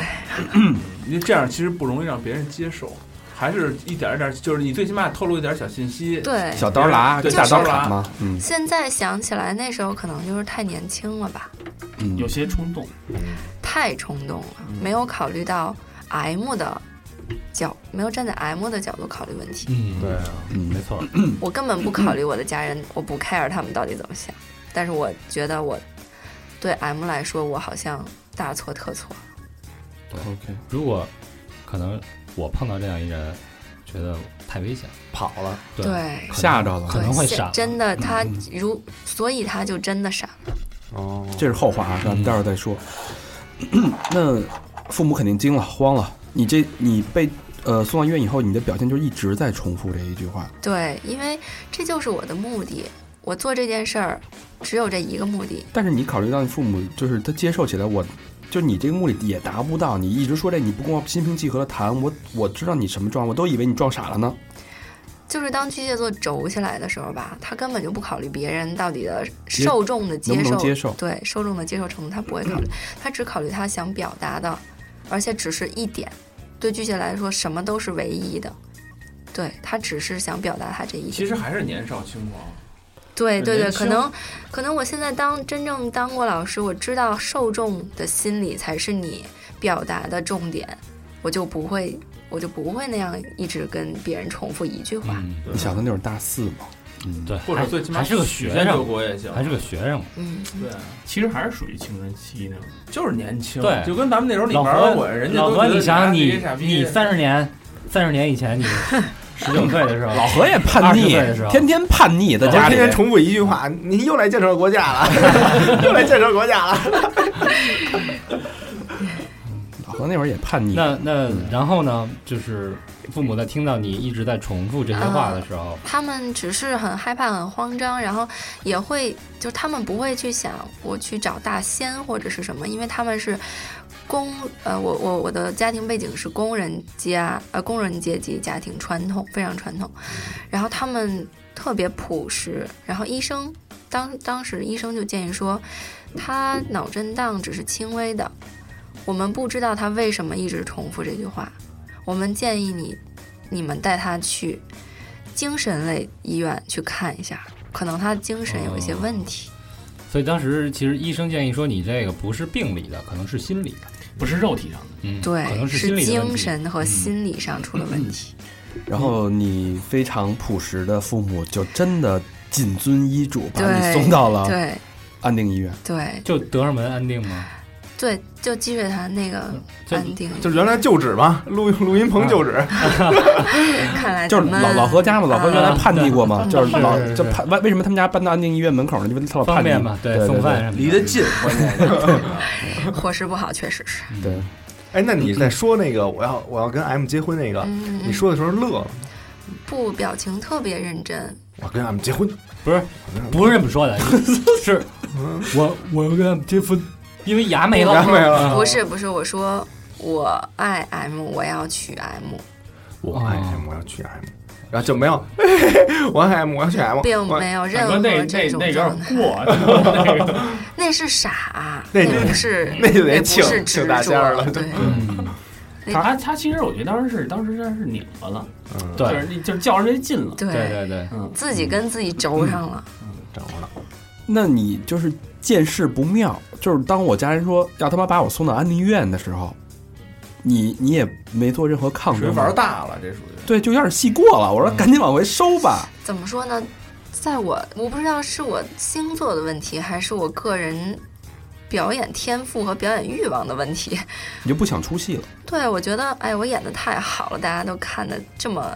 S5: 好
S6: 你这样其实不容易让别人接受，还是一点儿一点儿，就是你最起码透露一点儿小信息。
S7: 对，
S2: 小刀剌
S6: 对
S2: 跟大
S6: 小
S2: 刀
S6: 刀剌
S2: 砍嘛，嗯
S7: 现在想起来，那时候可能就是太年轻了吧，
S2: 嗯，
S5: 有些冲动，
S7: 太冲动了，
S5: 嗯
S7: 没有考虑到 M 的角，没有站在 M 的角度考虑问题。
S4: 嗯，
S3: 对啊，
S2: 嗯
S4: 没错，
S7: 我根本不考虑我的家人，我不 care 他们到底怎么想。但是我觉得我对 M 来说，我好像大错特错。
S2: ，OK，
S4: 如果可能我碰到这样一人，觉得太危险，
S3: 跑了。
S4: 对，
S7: 对，
S4: 可能
S2: 吓着了，
S4: 可能会
S7: 对
S4: 傻
S7: 真的，他
S2: 嗯
S7: 如所以他就真的傻了。
S3: 哦，
S2: 这是后话啊，咱们
S4: 嗯
S2: 待会儿再说。那父母肯定惊了，慌了，你这你被呃送到医院以后，你的表现就一直在重复这一句话，
S7: 对，因为这就是我的目的，我做这件事儿只有这一个目的。
S2: 但是你考虑到你父母，就是他接受起来我。就你这个目的也达不到，你一直说这你不跟我心平气和的谈，我我知道你什么状况，我都以为你撞傻了呢。
S7: 就是当巨蟹座轴起来的时候吧，他根本就不考虑别人到底的受众的接
S2: 能
S7: 受，
S2: 不能接受嗯
S7: 对受众的接受程度，他不会考虑，他只考虑他想表达的，而且只是一点。对巨蟹来说，什么都是唯一的，对他只是想表达他这一点。
S6: 其实还是年少轻狂，
S7: 对对对，
S6: 年
S7: 可
S6: 轻
S7: 能可能我现在当真正当过老师，我知道受众的心理才是你表达的重点，我就不会我就不会那样一直跟别人重复一句话。
S4: 嗯，
S2: 你想的那会儿大四嘛，嗯，
S4: 对，
S6: 或者最起码
S4: 还是个学生，
S6: 国也行，啊
S4: 还是个学生，
S7: 嗯，
S5: 对，其实还是属于青春期那种，
S6: 就是年轻，
S4: 对
S6: 就跟咱们那时候你
S4: 老
S6: 玩
S4: 何
S6: 摇滚，人家
S4: 老
S6: 都
S4: 何，
S6: 觉得
S4: 你想想你
S6: 傻逼
S4: 你三十年三十年以前你十九岁的时候，
S2: 老何也叛
S4: 20
S2: 逆
S4: 岁的时，候
S2: 天天叛逆，在
S3: 我
S2: 家
S3: 天
S2: 里
S3: 天重复一句话，你又来建设国家了， <laughs> 又来建设国家了。
S2: 老何那会儿也叛逆，
S4: 那那然后呢，就是父母在听到你一直在重复这些话的时候，
S7: 他们只是很害怕、很慌张，然后也会就是他们不会去想我去找大仙或者是什么，因为他们是工呃，我我我的家庭背景是工人家呃工人阶级家庭，传统非常传统，然后他们特别朴实，然后医生当当时医生就建议说，他脑震荡只是轻微的，我们不知道他为什么一直重复这句话，我们建议你你们带他去。精神类医院去看一下，可能他精神有
S4: 哦
S7: 一些问题。
S4: 所以当时其实医生建议说你这个不是病理的，可能是心理的，
S5: 不是肉体上的，
S4: 嗯，可
S7: 对，
S4: 能心
S7: 是
S4: 理的问
S7: 精
S4: 题。嗯
S7: 神和心理上出了问题。
S2: 然后你非常朴实的父母就真的谨遵医嘱，把你
S7: 对
S2: 送到了
S7: 对
S2: 安定医院。
S7: 对
S4: 就德胜门安定吗？
S7: 对，就积水潭那个
S4: 就
S7: 安定，
S3: <laughs> 就是原来旧址嘛，录录音棚旧址。
S7: 看来
S2: 就是
S7: 咱们
S2: 老老何家嘛，老何原来
S4: 啊
S2: 叛逆过嘛，
S7: 对
S2: 就是老
S4: 是是
S2: 就叛为为什么他们家搬到安定医院门口呢？因为他老
S4: 嗯方
S2: 叛逆
S4: 便嘛，
S2: 对，对
S4: 送饭什么的。
S6: 离得近，关键是
S7: 伙食不好，确实是。
S4: 嗯
S2: 对对，
S3: 哎，那你在说那个我要我要跟 M 结婚那个，
S7: 嗯，
S3: 你说的时候乐了，
S7: 不，表情特别认真。
S3: 我跟 M 结婚，
S4: 不是不是这么说的，是我我要跟他们结婚，因为牙哎没了
S3: 然后没了，
S7: 不是不是，我说我爱 M，我要娶 M，
S3: 我爱 M，我要娶 M，然后就没有， <laughs> 我爱 M，我要娶 M，
S7: 并
S3: 我
S7: 没有任
S5: 大哥
S7: 何
S5: 那
S7: 这
S5: 那
S7: 种
S5: 那有
S7: 状
S5: 点
S7: 态。
S5: 过， <laughs> 那个
S7: 那是傻，
S3: 那
S7: 不是，
S3: 那就得
S7: 那不
S3: 请
S7: 是执
S3: 请大仙儿
S7: 着
S3: 了
S7: 对，
S4: 嗯
S5: 他他其实我觉得当时是当时真是拧巴了，
S3: 嗯
S4: 对
S5: 就是那就是较人家劲了，
S7: 对
S4: 对对对，
S5: 嗯，
S7: 自己跟自己轴上了，
S3: 掌握了。
S2: 那你就是见势不妙，就是当我家人说要他妈把我送到安宁医院的时候，你你也没做任何抗
S6: 属于
S2: 争，
S6: 玩大了，这属于
S2: 对，就有点戏过了。我说赶紧往回收吧，
S7: 怎么说呢？在我我不知道是我星座的问题，还是我个人表演天赋和表演欲望的问题。
S2: 你就不想出戏了，
S7: 对，我觉得，哎，我演的太好了，大家都看的这么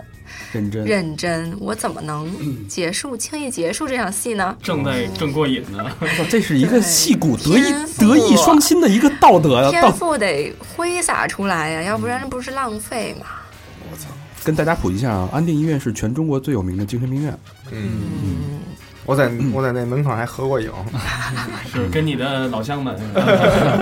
S2: 认真。
S7: 认真，我怎么能结束轻易结束这场戏呢？
S5: 正在正过瘾呢，
S4: 嗯
S2: 这是一个戏骨德艺
S7: 天赋
S2: 德艺双馨的一个道德呀，
S7: 天啊
S2: 道
S7: 赋得挥洒出来呀，要不然不是浪费嘛。
S2: 跟大家普及一下啊，安定医院是全中国最有名的精神病院，
S3: 嗯，
S7: 嗯，
S3: 我在我在那门口还合过影，
S5: <laughs> 是跟你的老乡
S4: 嗯
S5: 们呃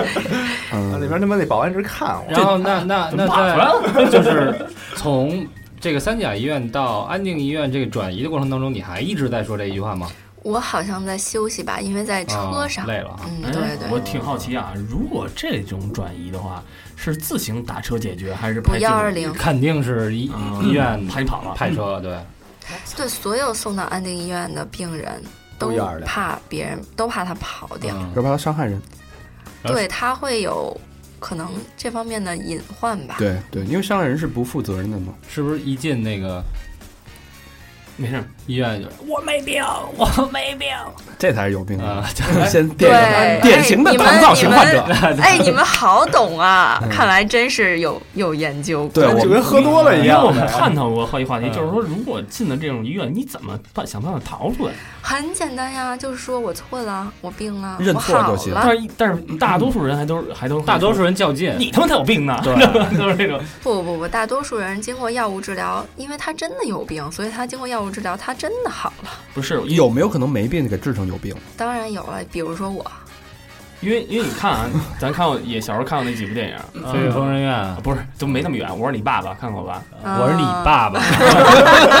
S3: 那里
S2: 嗯，
S3: 边他妈那保安直看我。
S4: 然后那那
S5: 怎么
S4: 那
S5: 跑
S4: 在
S5: 了？ <laughs>
S4: 就是从这个三甲医院到安定医院这个转移的过程当中，你还一直在说这一句话吗？
S7: 我好像在休息吧，因为在车上。
S4: 啊累了啊。
S7: 嗯，
S5: 哎
S7: <laughs> 对对
S5: 我。挺好奇啊，如果这种转移的话，是自行打车解决还是
S7: 不
S5: 派
S7: 幺二零，
S4: 肯定是医
S5: 啊
S4: 嗯医院
S5: 派你跑了？
S4: 派车，嗯对，
S7: 对所有送到安定医院的病人
S3: 都
S7: 都
S3: 120
S7: 怕别人，都怕他跑掉，
S4: 嗯
S2: 要不然他伤害人。
S4: 然后
S7: 对他会有可能这方面的隐患吧。
S2: 对对，因为伤害人是不负责任的嘛。
S4: 是不是一进那个
S5: 没事，
S4: 医院就
S2: 这才是有病
S4: 啊
S2: <laughs> 啊！先典型
S7: 哎
S2: 典型的糖尿型患者，
S7: 哎，你们好懂啊！看来真是有有研究。
S2: 对
S3: 就
S2: 我
S3: 跟喝多了一
S5: 因为
S3: 样
S5: 哎我们探讨过好几话题，
S4: 嗯
S5: 就是说，如果进了这种医院，你怎么办？想办法逃出来？
S7: 啊很简单呀，就是说我错了，我病了，
S2: 认错
S7: 我好
S2: 就行
S7: 了。
S5: 但是但是大多数人还都是还都是
S4: 大多数人较劲，
S5: 你他妈才有病呢，
S4: 对
S5: <laughs> 都是这种。
S7: 不不不，大多数人经过药物治疗，因为他真的有病，所以他经过药物治疗，他真的好了。
S5: 不是
S2: 有没有可能没病给治成有病？
S7: 当然有了，比如说我，
S5: 因为因为你看啊，咱看过也小时候看过那几部电影，
S4: 所以疯人
S5: 啊
S4: 院，
S5: 不是都没那么远。我是你爸爸，看过 <laughs> 吧？
S7: 嗯
S4: 我是你爸爸，
S5: 高晓
S2: 你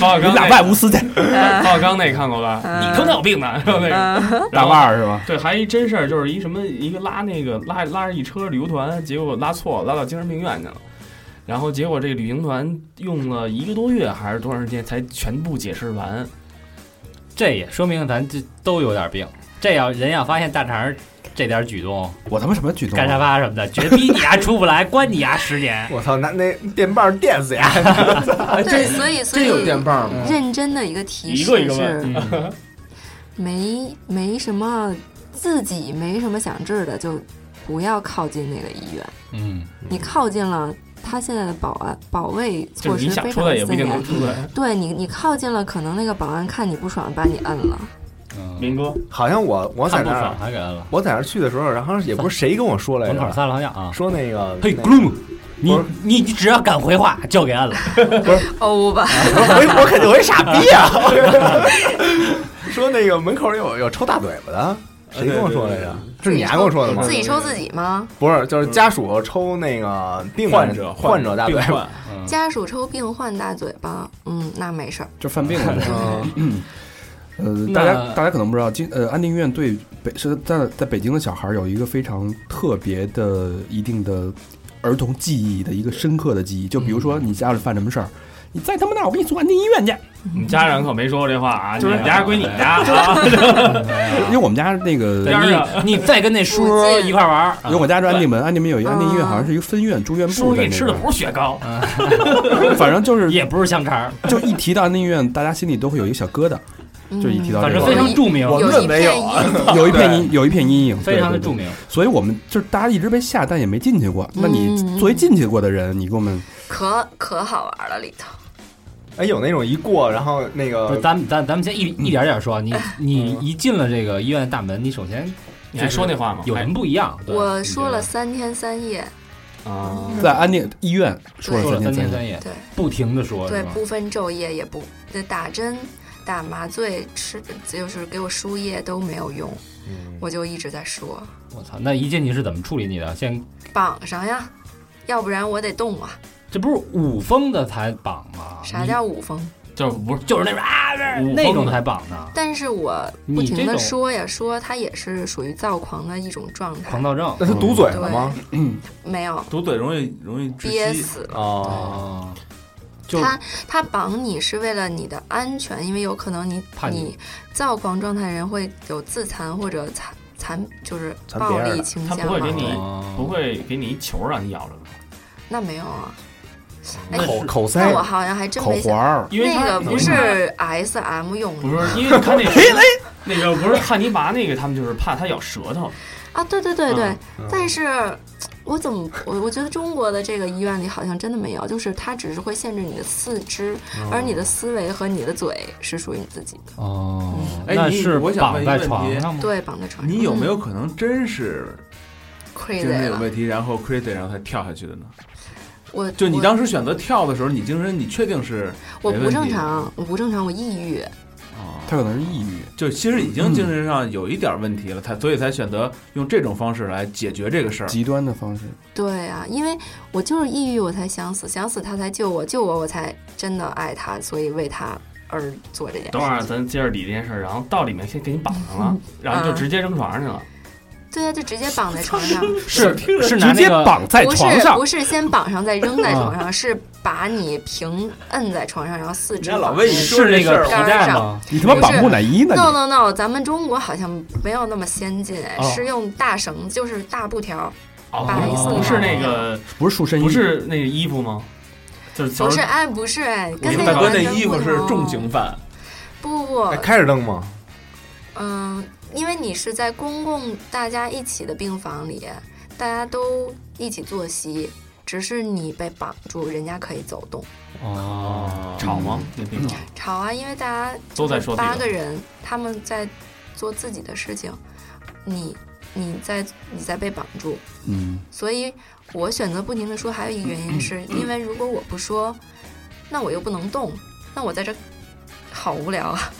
S5: 哦刚
S2: 俩
S5: 那
S2: 外无私去，
S5: 高晓刚那看过吧？
S7: 嗯
S5: 你他妈有病呢，然后那个
S7: 嗯，
S5: 然
S2: 大
S5: 后
S2: 腕儿是吧？
S5: 对，还一真事儿，就是一什么一个拉那个拉拉着一车旅游团，结果拉错了，拉到精神病院去了。然后结果这旅行团用了一个多月还是多长时间才全部解释完？
S4: 这也说明咱这都有点病。这要人要发现大肠儿这点举动，
S2: 我他妈什么举动啊？
S4: 干沙发什么的，绝逼你丫出不来， <laughs> 关你丫十年。
S3: 我操，拿那电棒电死呀！
S6: 哎这
S7: 对，所以所
S6: 这
S7: 以
S6: 有电棒吗？
S7: 认真的一个提
S5: 一个一
S7: 示
S5: 个
S7: 是
S5: 问，嗯
S7: 没没什么自己没什么想治的，就不要靠近那个医院。
S4: 嗯，
S7: 你靠近了，他现在的保安保卫
S5: 就
S7: 措
S5: 是你
S7: 施
S5: 想
S7: 非
S5: 出
S7: 常
S5: 来也不一
S7: 森
S5: 定能
S7: 严。
S5: 出来。
S7: 对你，你靠近了，可能那个保安看你不爽，把你摁了。
S4: 嗯
S5: 明哥，
S3: 好像我我在
S4: 看不
S3: 那
S4: 爽
S3: 儿，
S4: 还给摁了。
S3: 我在那儿去的时候，然后也不是谁跟我说来
S4: 门口
S3: 着，
S4: 撒了好像啊，
S3: 说那个
S4: 嘿，
S3: 那
S4: 咕噜姆，你
S3: 不是
S4: 你你只要敢回话，就给摁了。
S7: 欧吧，
S3: 我我肯定会傻逼啊！说那个门口有有抽大嘴巴的，谁跟我说来着？是你还跟我说的吗
S7: 自？己抽自己吗？
S3: 不是，就是家属抽那个病人
S6: 患者
S3: 患者大嘴
S6: 病
S3: 巴。
S6: 患，
S4: 嗯
S7: 家属抽病患大嘴巴，嗯，那没事儿。
S2: 就犯病了。
S3: 嗯，
S2: 呃，
S4: 那
S2: 大家大家可能不知道，今呃安定医院对北是在在北京的小孩儿有一个非常特别的一定的儿童记忆的一个深刻的记忆，就比如说你家里犯什么事儿，你再他妈闹，我给你送安定医院去。
S5: 你家长可没说过这话啊，你
S4: 就是
S5: 们家归你家啊。
S2: 因为我们家那
S4: 对
S2: 个，
S5: 边儿
S4: 你你再跟那叔
S7: 附近
S4: 一块玩儿，
S2: 因为我家住安定门，安定门有一个安定医院，
S7: 啊
S2: 好像是一个分院住院
S5: 叔
S2: 部
S5: 给
S2: 在
S5: 你吃的
S2: 那
S5: 不是雪糕，
S2: 边，反
S4: <laughs>
S2: 正就是
S4: 啊也不是香肠儿，
S2: 就一提到安定医院，大家心里都会有一个小疙瘩，
S7: 嗯
S2: 就一提到
S4: 反
S2: 这
S4: 正非
S2: 个，
S4: 常著名，
S3: 我
S7: 有
S3: 们
S7: 一
S3: 没
S7: 片
S3: 有啊
S7: 阴
S2: 有一片阴有一片阴影，
S4: 非常的
S2: 对对对
S4: 著名。
S2: 所以我们就是大家一直被吓，但也没进去过。那你
S7: 嗯
S2: 作为进去过的人，你给我们
S7: 可可好玩了里头。
S3: 哎，有那种一过，然后那
S4: 不是，
S3: 个
S4: 咱们咱咱们先一一点点说。啊你你一进了这个医院大门，你首先
S5: 你还说那话吗？哎
S4: 有什么不一样？对
S7: 我说了三天三夜，
S5: 还啊，
S2: 在安定医院说
S4: 说
S2: 了
S4: 了
S2: 三
S4: 三
S2: 天
S4: 天
S2: 三夜，
S4: 三夜，
S7: 对
S4: 不停的说，
S7: 对
S4: 是，吧？
S7: 不分昼夜也不对打针、打麻醉、吃就是给我输液都没有用，我就一直在说
S4: 我操，那一进去是怎么处理你的？先
S7: 绑上呀，要不然我得动啊。
S4: 这不是五封的才绑吗？
S7: 啥叫五峰？
S5: 就就是不是
S4: 就是那种啊
S5: 五
S4: 那种
S5: 峰的
S4: 才棒呢，
S7: 但是我不
S4: 你这
S7: 停
S4: 种
S7: 的说呀说，他也是属于躁狂的一种状态
S4: 狂，躁症
S3: 那他堵嘴了吗？
S7: <clears throat> 没有
S6: 堵嘴容易容易窒
S7: 憋
S6: 息。
S7: 死。
S3: 哦，
S4: 哦，
S3: 就
S7: 他他绑你是为了你的安全，因为有可能你
S4: 怕你
S7: 你躁狂状态人会有自残或者残残就是
S3: 残别
S7: 暴
S3: 人
S7: 力
S3: 的
S7: 倾
S5: 他
S7: 向
S5: 不会给
S7: 嘛
S5: 你不
S7: 嗯
S4: 哦
S5: 会给你一球让你咬着吧，
S7: 那没有啊，哎
S3: 口
S5: 嗯
S3: 口塞
S7: 那我好像还真
S2: 口
S7: 没
S2: 环
S7: 想。
S2: 儿，
S5: 因为
S7: 那
S5: 他
S7: 个不是 S M 用的
S5: 不是因为你看
S4: 哎
S5: 那个那个不是汉尼拔那个，他们就是怕他咬舌头，
S7: 啊，对对对对，
S5: 嗯
S7: 但是。我怎么我我觉得中国的这个医院里好像真的没有，就是它只是会限制你的四肢，而你的思维和你的嘴是属于你自己的。
S4: 哦，
S6: 哎
S4: 那
S6: 你
S4: 是
S6: 我想问
S4: 绑
S6: 一个
S4: 在
S6: 问
S4: 床
S6: 题
S4: 上
S5: 嗯
S4: 吗？
S7: 对，绑在床上。嗯
S6: 你有没有可能真是
S7: 亏
S6: 真的
S7: 的
S6: 有
S7: 了？
S6: 问题，然后 crazy 然后才跳下去的呢？
S7: 我
S6: 就你
S7: 我
S6: 当时选择跳的时候，你精神你确定是
S7: 我
S6: 没
S7: 不
S6: 问
S7: 正
S6: 题
S7: 常，我不正常，我抑郁。
S6: 啊，
S2: 他可能是抑郁。
S6: 就其实已经精神上有一点问题了，他所以才选择用这种方式来解决这个事儿。
S2: 极端的方式，
S7: 对啊，因为我就是抑郁，我才想死，想死他才救我，救我我才真的爱他，所以为他而做这件事。
S5: 等会儿咱接着理这件事儿，然后到里面先给你绑上
S7: 嗯
S5: 了，然后就直接扔床上去了。
S7: 对啊，就直接绑在床
S6: <laughs>
S7: 上，
S4: 是是拿
S2: 直
S4: 那
S2: 接
S4: 个
S2: 绑在
S7: 不
S2: 床
S7: 是
S2: 上，
S7: 不是先绑上再扔
S6: 嗯
S7: 在床上，是把你平摁在床上，然后四肢
S3: 人家老
S7: 绑
S3: 魏
S7: 上
S3: 一说
S4: 是那
S3: 这事
S4: 个
S3: 儿
S4: 皮带吗？
S2: 你他妈
S7: 不
S2: 绑
S7: 是
S2: 木乃伊呢
S7: No
S2: 你？
S7: no no，咱们中国好像没有那么先进，哎
S4: 哦
S7: 是用大绳，就是大布条，
S5: 哦
S7: 绑一，
S5: 不
S7: 次啊
S5: 是那个
S2: 不是束身衣，
S5: 不是那个衣服吗？就是小
S7: 不
S5: 时
S7: 是
S5: 候
S7: 哎，不是哎，跟那
S6: 大
S7: 个
S6: 哥
S7: 完
S6: 那
S7: 全
S6: 衣服
S7: 不
S6: 是
S7: 同
S6: 重刑犯，
S7: 不不
S3: 哎，开着灯吗？
S7: 嗯，因为你是在公共大家一起的病房里，大家都一起作息，只是你被绑住，人家可以走动。
S4: 哦，
S5: 吵吗？
S6: 嗯
S5: 那病房
S7: 吵啊，因为大家
S5: 都在说这
S7: 八
S5: 个
S7: 个人，他们在做自己的事情，你你在你在被绑住，
S2: 嗯，
S7: 所以我选择不停的说，还有一个原因是因为如果我不说，那我又不能动，那我在这儿好无聊啊。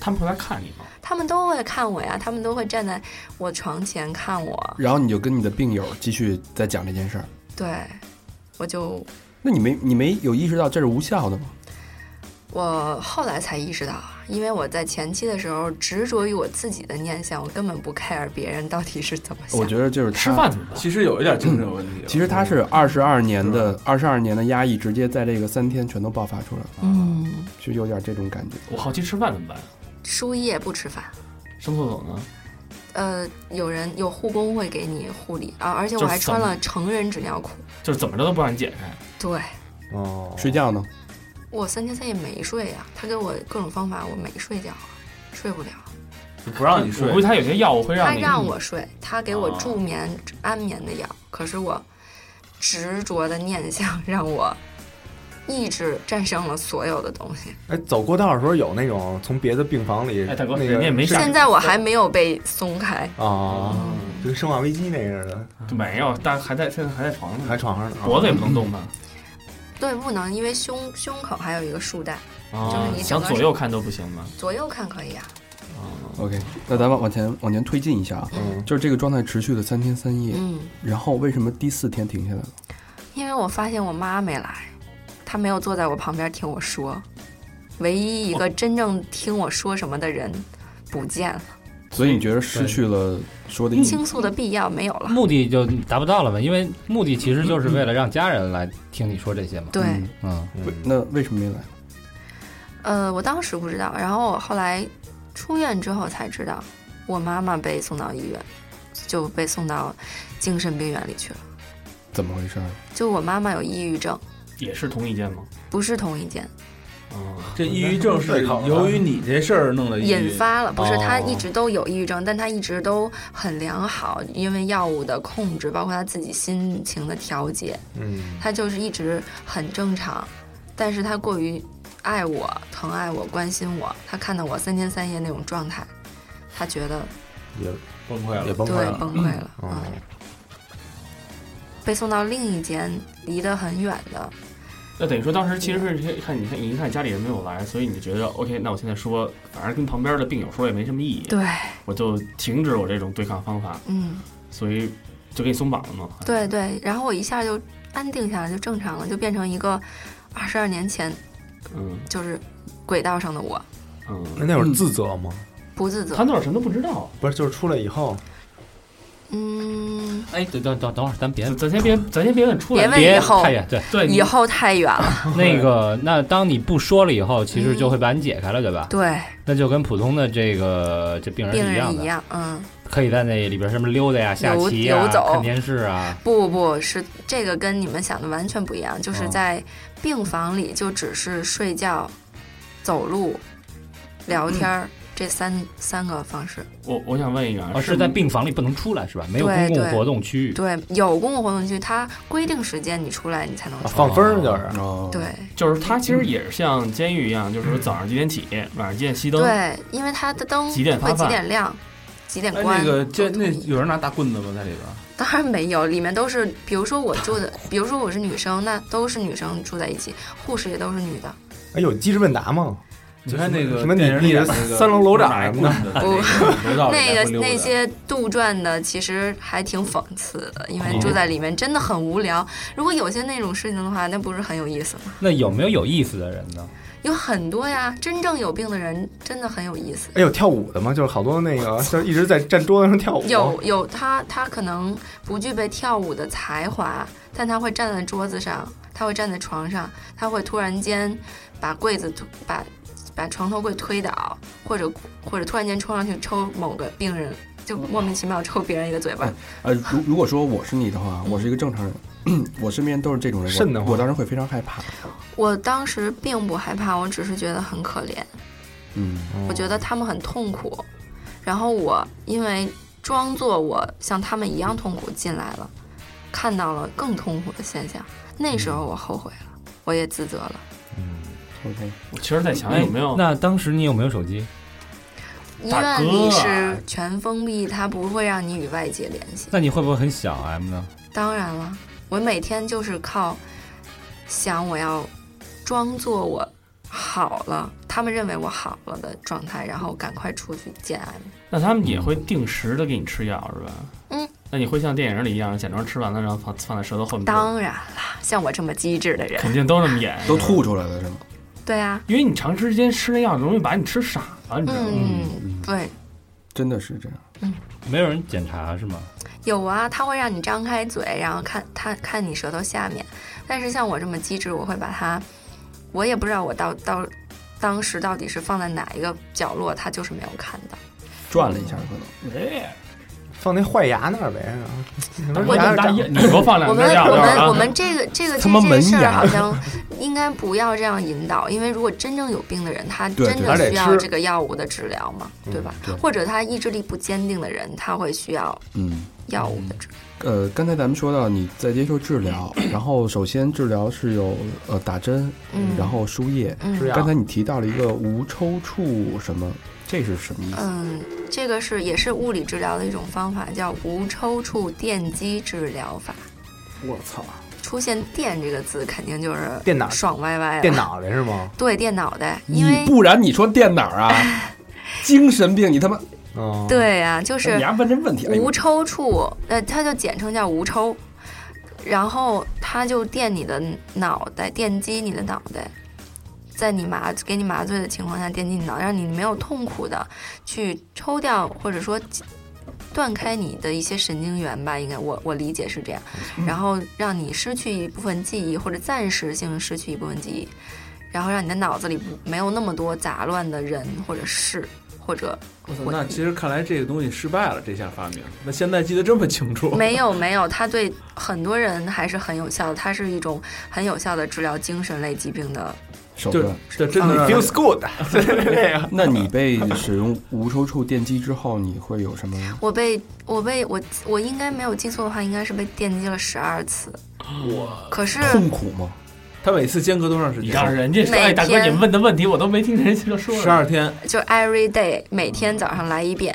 S5: 他们会来看你吗？
S7: 他们都会看我呀，他们都会站在我床前看我。
S2: 然后你就跟你的病友继续再讲这件事儿，
S7: 对，我就
S2: 那你没你没有意识到这是无效的吗？
S7: 我后来才意识到，因为我在前期的时候执着于我自己的念想，我根本不 care 别人到底是怎么想。
S2: 我觉得就是他
S5: 吃饭怎么办？
S6: 啊其实有一点精神有问题了。
S2: 其实他是二十二年的二十二年的压抑，直接在这个三天全都爆发出来了，
S7: 嗯，
S2: 就有点这种感觉。
S5: 我好奇吃饭怎么办？啊
S7: 输液不吃饭。
S5: 上厕所呢？
S7: 呃，有人有护工会给你护理啊，而且
S5: 就
S7: 我
S5: 是
S7: 还穿
S5: 怎
S7: 了成人纸尿裤。
S5: 就是怎么着都不让你解开。
S7: 对
S3: 哦，
S2: 睡觉呢？
S7: 我三天三夜没睡呀、他给我各种方法，我没睡觉，睡不了。
S6: 就不让你
S5: 我
S6: 睡
S5: 估，计他有些药物会
S7: 他
S5: 你。嗯
S7: 让我睡，他给我
S5: 哦
S7: 助眠、安眠的药，可是我执着的念想让我意志战胜了所有的东西。
S3: 哎，走过道的时候有那种从别的病房里，
S5: 哎大哥
S3: 那
S5: 人
S3: 个
S5: 家也没吓
S7: 现在我还没有被松开，
S3: 啊，就跟生化危机那似的，
S5: 没有，但还在现在还在床上
S3: 还
S5: 呢，
S3: 床上呢，
S5: 脖子也不能动吧？
S7: 对，不能因为胸胸口还有一个束带，
S5: 啊
S7: 就，是你
S5: 想
S7: 整个
S5: 左右看都不行吗？
S7: 左右看可以啊。
S2: OK，那咱们往前往前推进一下啊，
S3: 嗯，
S2: 就是这个状态持续了三天三夜，
S7: 嗯，
S2: 然后为什么第四天停下来了？
S7: 因为我发现我妈没来，她没有坐在我旁边听我说，唯一一个真正听我说什么的人不见了，
S2: 所以你觉得失去了说的意义？
S7: 倾诉的必要没有了。
S4: 目的就达不到了嘛，因为目的其实就是为了让家人来听你说这些嘛。
S7: 对，
S2: 嗯
S4: 嗯，
S3: 嗯
S2: 为那为什么没来？
S7: 呃，我当时不知道，然后我后来出院之后才知道，我妈妈被送到医院，就被送到精神病院里去了。
S2: 怎么回事儿？
S7: 就我妈妈有抑郁症，
S5: 也是同一间吗？
S7: 不是同一间，
S5: 啊，
S6: 这抑郁症是由于你这事儿弄呃的抑郁
S7: 引发了，不是
S3: 哦
S7: 她一直都有抑郁症，但她一直都很良好，因为药物的控制，包括她自己心情的调节，
S3: 嗯，
S7: 她就是一直很正常，但是她过于爱我、疼爱我、关心我，她看到我三天三夜那种状态，她觉得
S3: 也
S6: <laughs> 崩溃
S3: 也
S6: 了。
S3: 崩溃
S7: 对，
S3: 了，
S7: 崩溃了，
S3: 哦
S7: 嗯，被送到另一间离得很远的，
S5: 那等于说当时其实是看你看你一看家里人没有来，所以你觉得 OK，那我现在说，反正跟旁边的病友说也没什么意义，
S7: 对，
S5: 我就停止我这种对抗方法，
S7: 嗯，
S5: 所以就给你松绑了嘛。
S7: 对对，然后我一下就安定下来，就正常了，就变成一个二十二年前
S5: 嗯，
S7: 就是轨道上的我，
S5: 嗯，
S3: 那那会儿自责吗？
S7: 不自
S5: 他
S7: 责。
S5: 那会儿什么都不知道，
S3: 不是，就是出来以后，
S7: 嗯，
S4: 哎，等等等等会儿，咱别
S5: 咱咱先别咱先别问出
S7: 别
S5: 来，
S7: 问以
S4: 别
S7: 后
S4: 太
S6: <laughs>
S4: 远，对，
S5: 对，你
S7: 以后太远
S4: <laughs>
S7: 了。
S4: 那个那当你不说了以后，其实就会把你解开了，对吧？
S7: 对，
S4: 那就跟普通的这个这病人
S7: 病
S4: 是一样
S7: 人一
S4: 的，
S7: 样，嗯，
S4: 可以在那里边什么溜达呀、下
S7: 游
S4: 棋呀
S7: 游、走
S4: 看电视啊，
S7: 不不是这个跟你们想的完全不一样，就是
S4: 哦
S7: 在病房里就只是睡觉、走路、聊天
S3: 嗯
S7: 儿、这三三个方式。
S5: 我我想问一下，
S4: 哦，是在病房里不能出来是吧？没有公
S7: 对
S4: 共
S7: 对
S4: 活动区域。
S7: 对，有公共活动区，它规定时间你出来你才能
S3: 啊
S7: 出。
S3: 放风儿就是
S2: 哦，
S7: 对
S5: 就是他其实也是像监狱一样，就是说早上几点起，晚上几点熄灯，
S7: 对，因为它的灯
S5: 几点发
S7: 会几
S5: 饭
S7: 点亮，几点
S6: 哎，
S7: 关。
S6: 那个
S7: 都
S6: 这
S7: 统
S6: 那
S7: 一
S6: 有人拿大棍子吗？在里边？
S7: 当然没有，里面都是，比如说我住的，比如说我是女生，那都是女生住在一起，护士也都是女的，
S3: 哎，有机智问答吗？
S6: 你看那个
S3: 什么你
S6: 电影里
S3: 你
S6: 边
S3: 是
S6: 那个
S3: 三楼楼长
S6: 拿一
S3: 什么的
S6: 棍子在
S7: 不
S6: 那个楼道里
S7: 哦那
S6: 来
S7: 个
S6: 回溜达
S7: 那些杜撰的其实还挺讽刺的，因为住在里面真的很无聊。如果有些那种事情的话，那不是很有意思吗？
S4: 那有没有有意思的人呢？
S7: 有很多呀，真正有病的人真的很有意思。
S3: 哎，有跳舞的吗？就是好多那 <laughs> 个，就是一直在站桌子上跳舞。
S7: 有有他他可能不具备跳舞的才华，但他会站在桌子上，他会站在床上，他会突然间把柜子推把把床头柜推倒，或者或者突然间冲上去抽某个病人，就莫名其妙抽别人一个嘴巴。
S2: 呃，如如果说我是你的话，
S7: 嗯
S2: 我是一个正常人， <clears throat> 我身边都是这种人，
S3: 瘆得
S2: 我
S3: 慌
S2: 我当时会非常害怕。
S7: 我当时并不害怕，我只是觉得很可怜，
S2: 嗯，
S7: 我觉得他们很痛苦，然后我因为装作我像他们一样痛苦进来了，看到了更痛苦的现象，那时候我后悔了，我也自责了。
S2: OK，
S5: 我其实在想有没
S6: 哦
S5: 有
S4: 那当时你有没有手机？
S7: 医
S5: 大
S7: 院
S5: 哥
S7: 里
S5: 啊
S7: 是全封闭，它不会让你与外界联系。
S4: 那你会不会很想 M 呢？
S7: 当然了，我每天就是靠想我要装作我好了，他们认为我好了的状态，然后赶快出去见 M。
S5: 那他们也会定时的给你吃药是吧？
S7: 嗯，
S5: 那你会像电影里一样假装吃完了，然后放放在舌头后面，
S7: 当然啦，像我这么机智的人，
S5: 肯定都这么演，
S2: 都吐出来了是吗？
S7: 对啊，
S5: 因为你长时间吃那药容易把你吃傻了，你知道吗？
S7: 嗯，对，
S2: 真的是这样。
S4: 没有人检查是吗？
S7: 有啊，他会让你张开嘴，然后看他看你舌头下面。但是像我这么机智，我会把它，我也不知道我到到当时到底是放在哪一个角落，他就是没有看到。
S2: 转了一下，可能
S5: 哎
S4: 嗯
S3: 放那坏牙那儿呗，是吧
S5: 我
S3: 牙
S5: 大
S3: 长
S5: 一，你多放两
S7: 我们
S5: 根药
S7: 我
S5: 就是
S7: 们
S5: 啊
S7: 我们这个这个
S2: 他
S7: 这
S2: 妈
S7: 这个事
S2: 门
S7: 儿
S2: 牙
S7: 好像应该不要这样引导，因为如果真正有病的人，他
S2: 对
S7: 真
S2: 对
S3: 还
S7: 的
S3: 得
S7: 需要
S3: 吃
S7: 这个药物的治疗嘛，对吧？
S2: 嗯对
S7: 或者他意志力不坚定的人，他会需要
S2: 嗯。
S7: 药物的治疗。
S2: 呃，刚才咱们说到你在接受治
S7: <clears throat>
S2: 疗，然后首先治疗是有呃打针，
S7: 嗯
S2: 然后输液。
S7: 嗯
S3: 是呀
S2: 刚才你提到了一个无抽搐什么，这是什么意思？
S7: 嗯，这个是也是物理治疗的一种方法，叫无抽搐电击治疗法。嗯
S6: 我操！
S7: 出现“电”这个字，肯定就是
S3: 电脑
S7: 爽歪歪了。
S3: 电脑袋是吗？
S7: 对电脑袋，
S2: 你
S7: 因为
S2: 不然你说电哪儿
S7: <laughs>
S2: 啊？精神病，你他妈
S3: 嗯，，
S7: 对呀、就是
S2: 你还问这问题？哎呦
S7: 无抽搐，呃，它就简称叫无抽，然后它就电你的脑袋，电击你的脑袋，在你麻给你麻醉的情况下电击你脑袋，让你没有痛苦的去抽掉或者说断开你的一些神经元吧，应该我我理解是这样，
S2: 嗯
S7: 然后让你失去一部分记忆或者暂时性失去一部分记忆，然后让你的脑子里不没有那么多杂乱的人或者事或者
S6: 我操！那其实看来这个东西失败了，这下发明。那现在记得这么清楚，
S7: <laughs> 没有没有，它对很多人还是很有效的，它是一种很有效的治疗精神类疾病的。
S2: 手
S6: 就
S2: 段。
S6: 这真的让人
S3: feels <laughs> good，
S2: 那你被使用无抽搐电击之后，你会有什么？
S7: 我被我被我我应该没有记错的话，应该是被电击了十二次。我可是
S2: 痛苦吗？
S6: 他每次间隔多长时
S5: 你
S6: 间？
S5: 让人家说，哎，大哥，
S7: 每
S5: 你
S7: 天
S5: 问的问题我都没听人家说。
S6: 十，二天，
S7: 就 every day 每天早上来一遍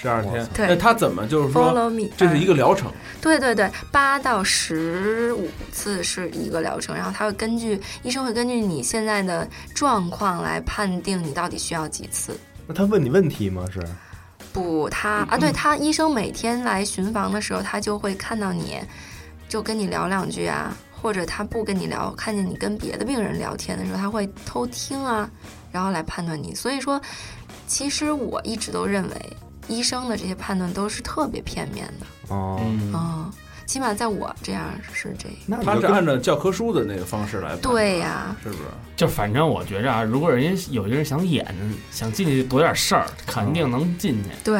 S6: 十二天。
S7: 对
S6: 那他怎么就是说
S7: ，follow me。
S6: 这是一
S7: 个、
S6: 个疗程？
S7: 对对对，八到十五次是一个疗程，然后他会根据医生会根据你现在的状况来判定你到底需要几次。
S3: 那他问你问题吗？是
S7: 不，他啊，对他医生每天来巡房的时候，他就会看到你，就跟你聊两句啊，或者他不跟你聊，看见你跟别的病人聊天的时候，他会偷听啊，然后来判断你。所以说，其实我一直都认为医生的这些判断都是特别片面的。
S3: 哦，
S5: 嗯，
S7: 嗯，起码在我这样是这样。
S3: 那你
S6: 他
S3: 就是跟
S6: 按照教科书的那个方式来，，
S7: 嗯对呀、
S6: 是不是？
S5: 就反正我觉着啊，如果人家有些人想演，想进去多点事儿，肯定能进去。
S7: 对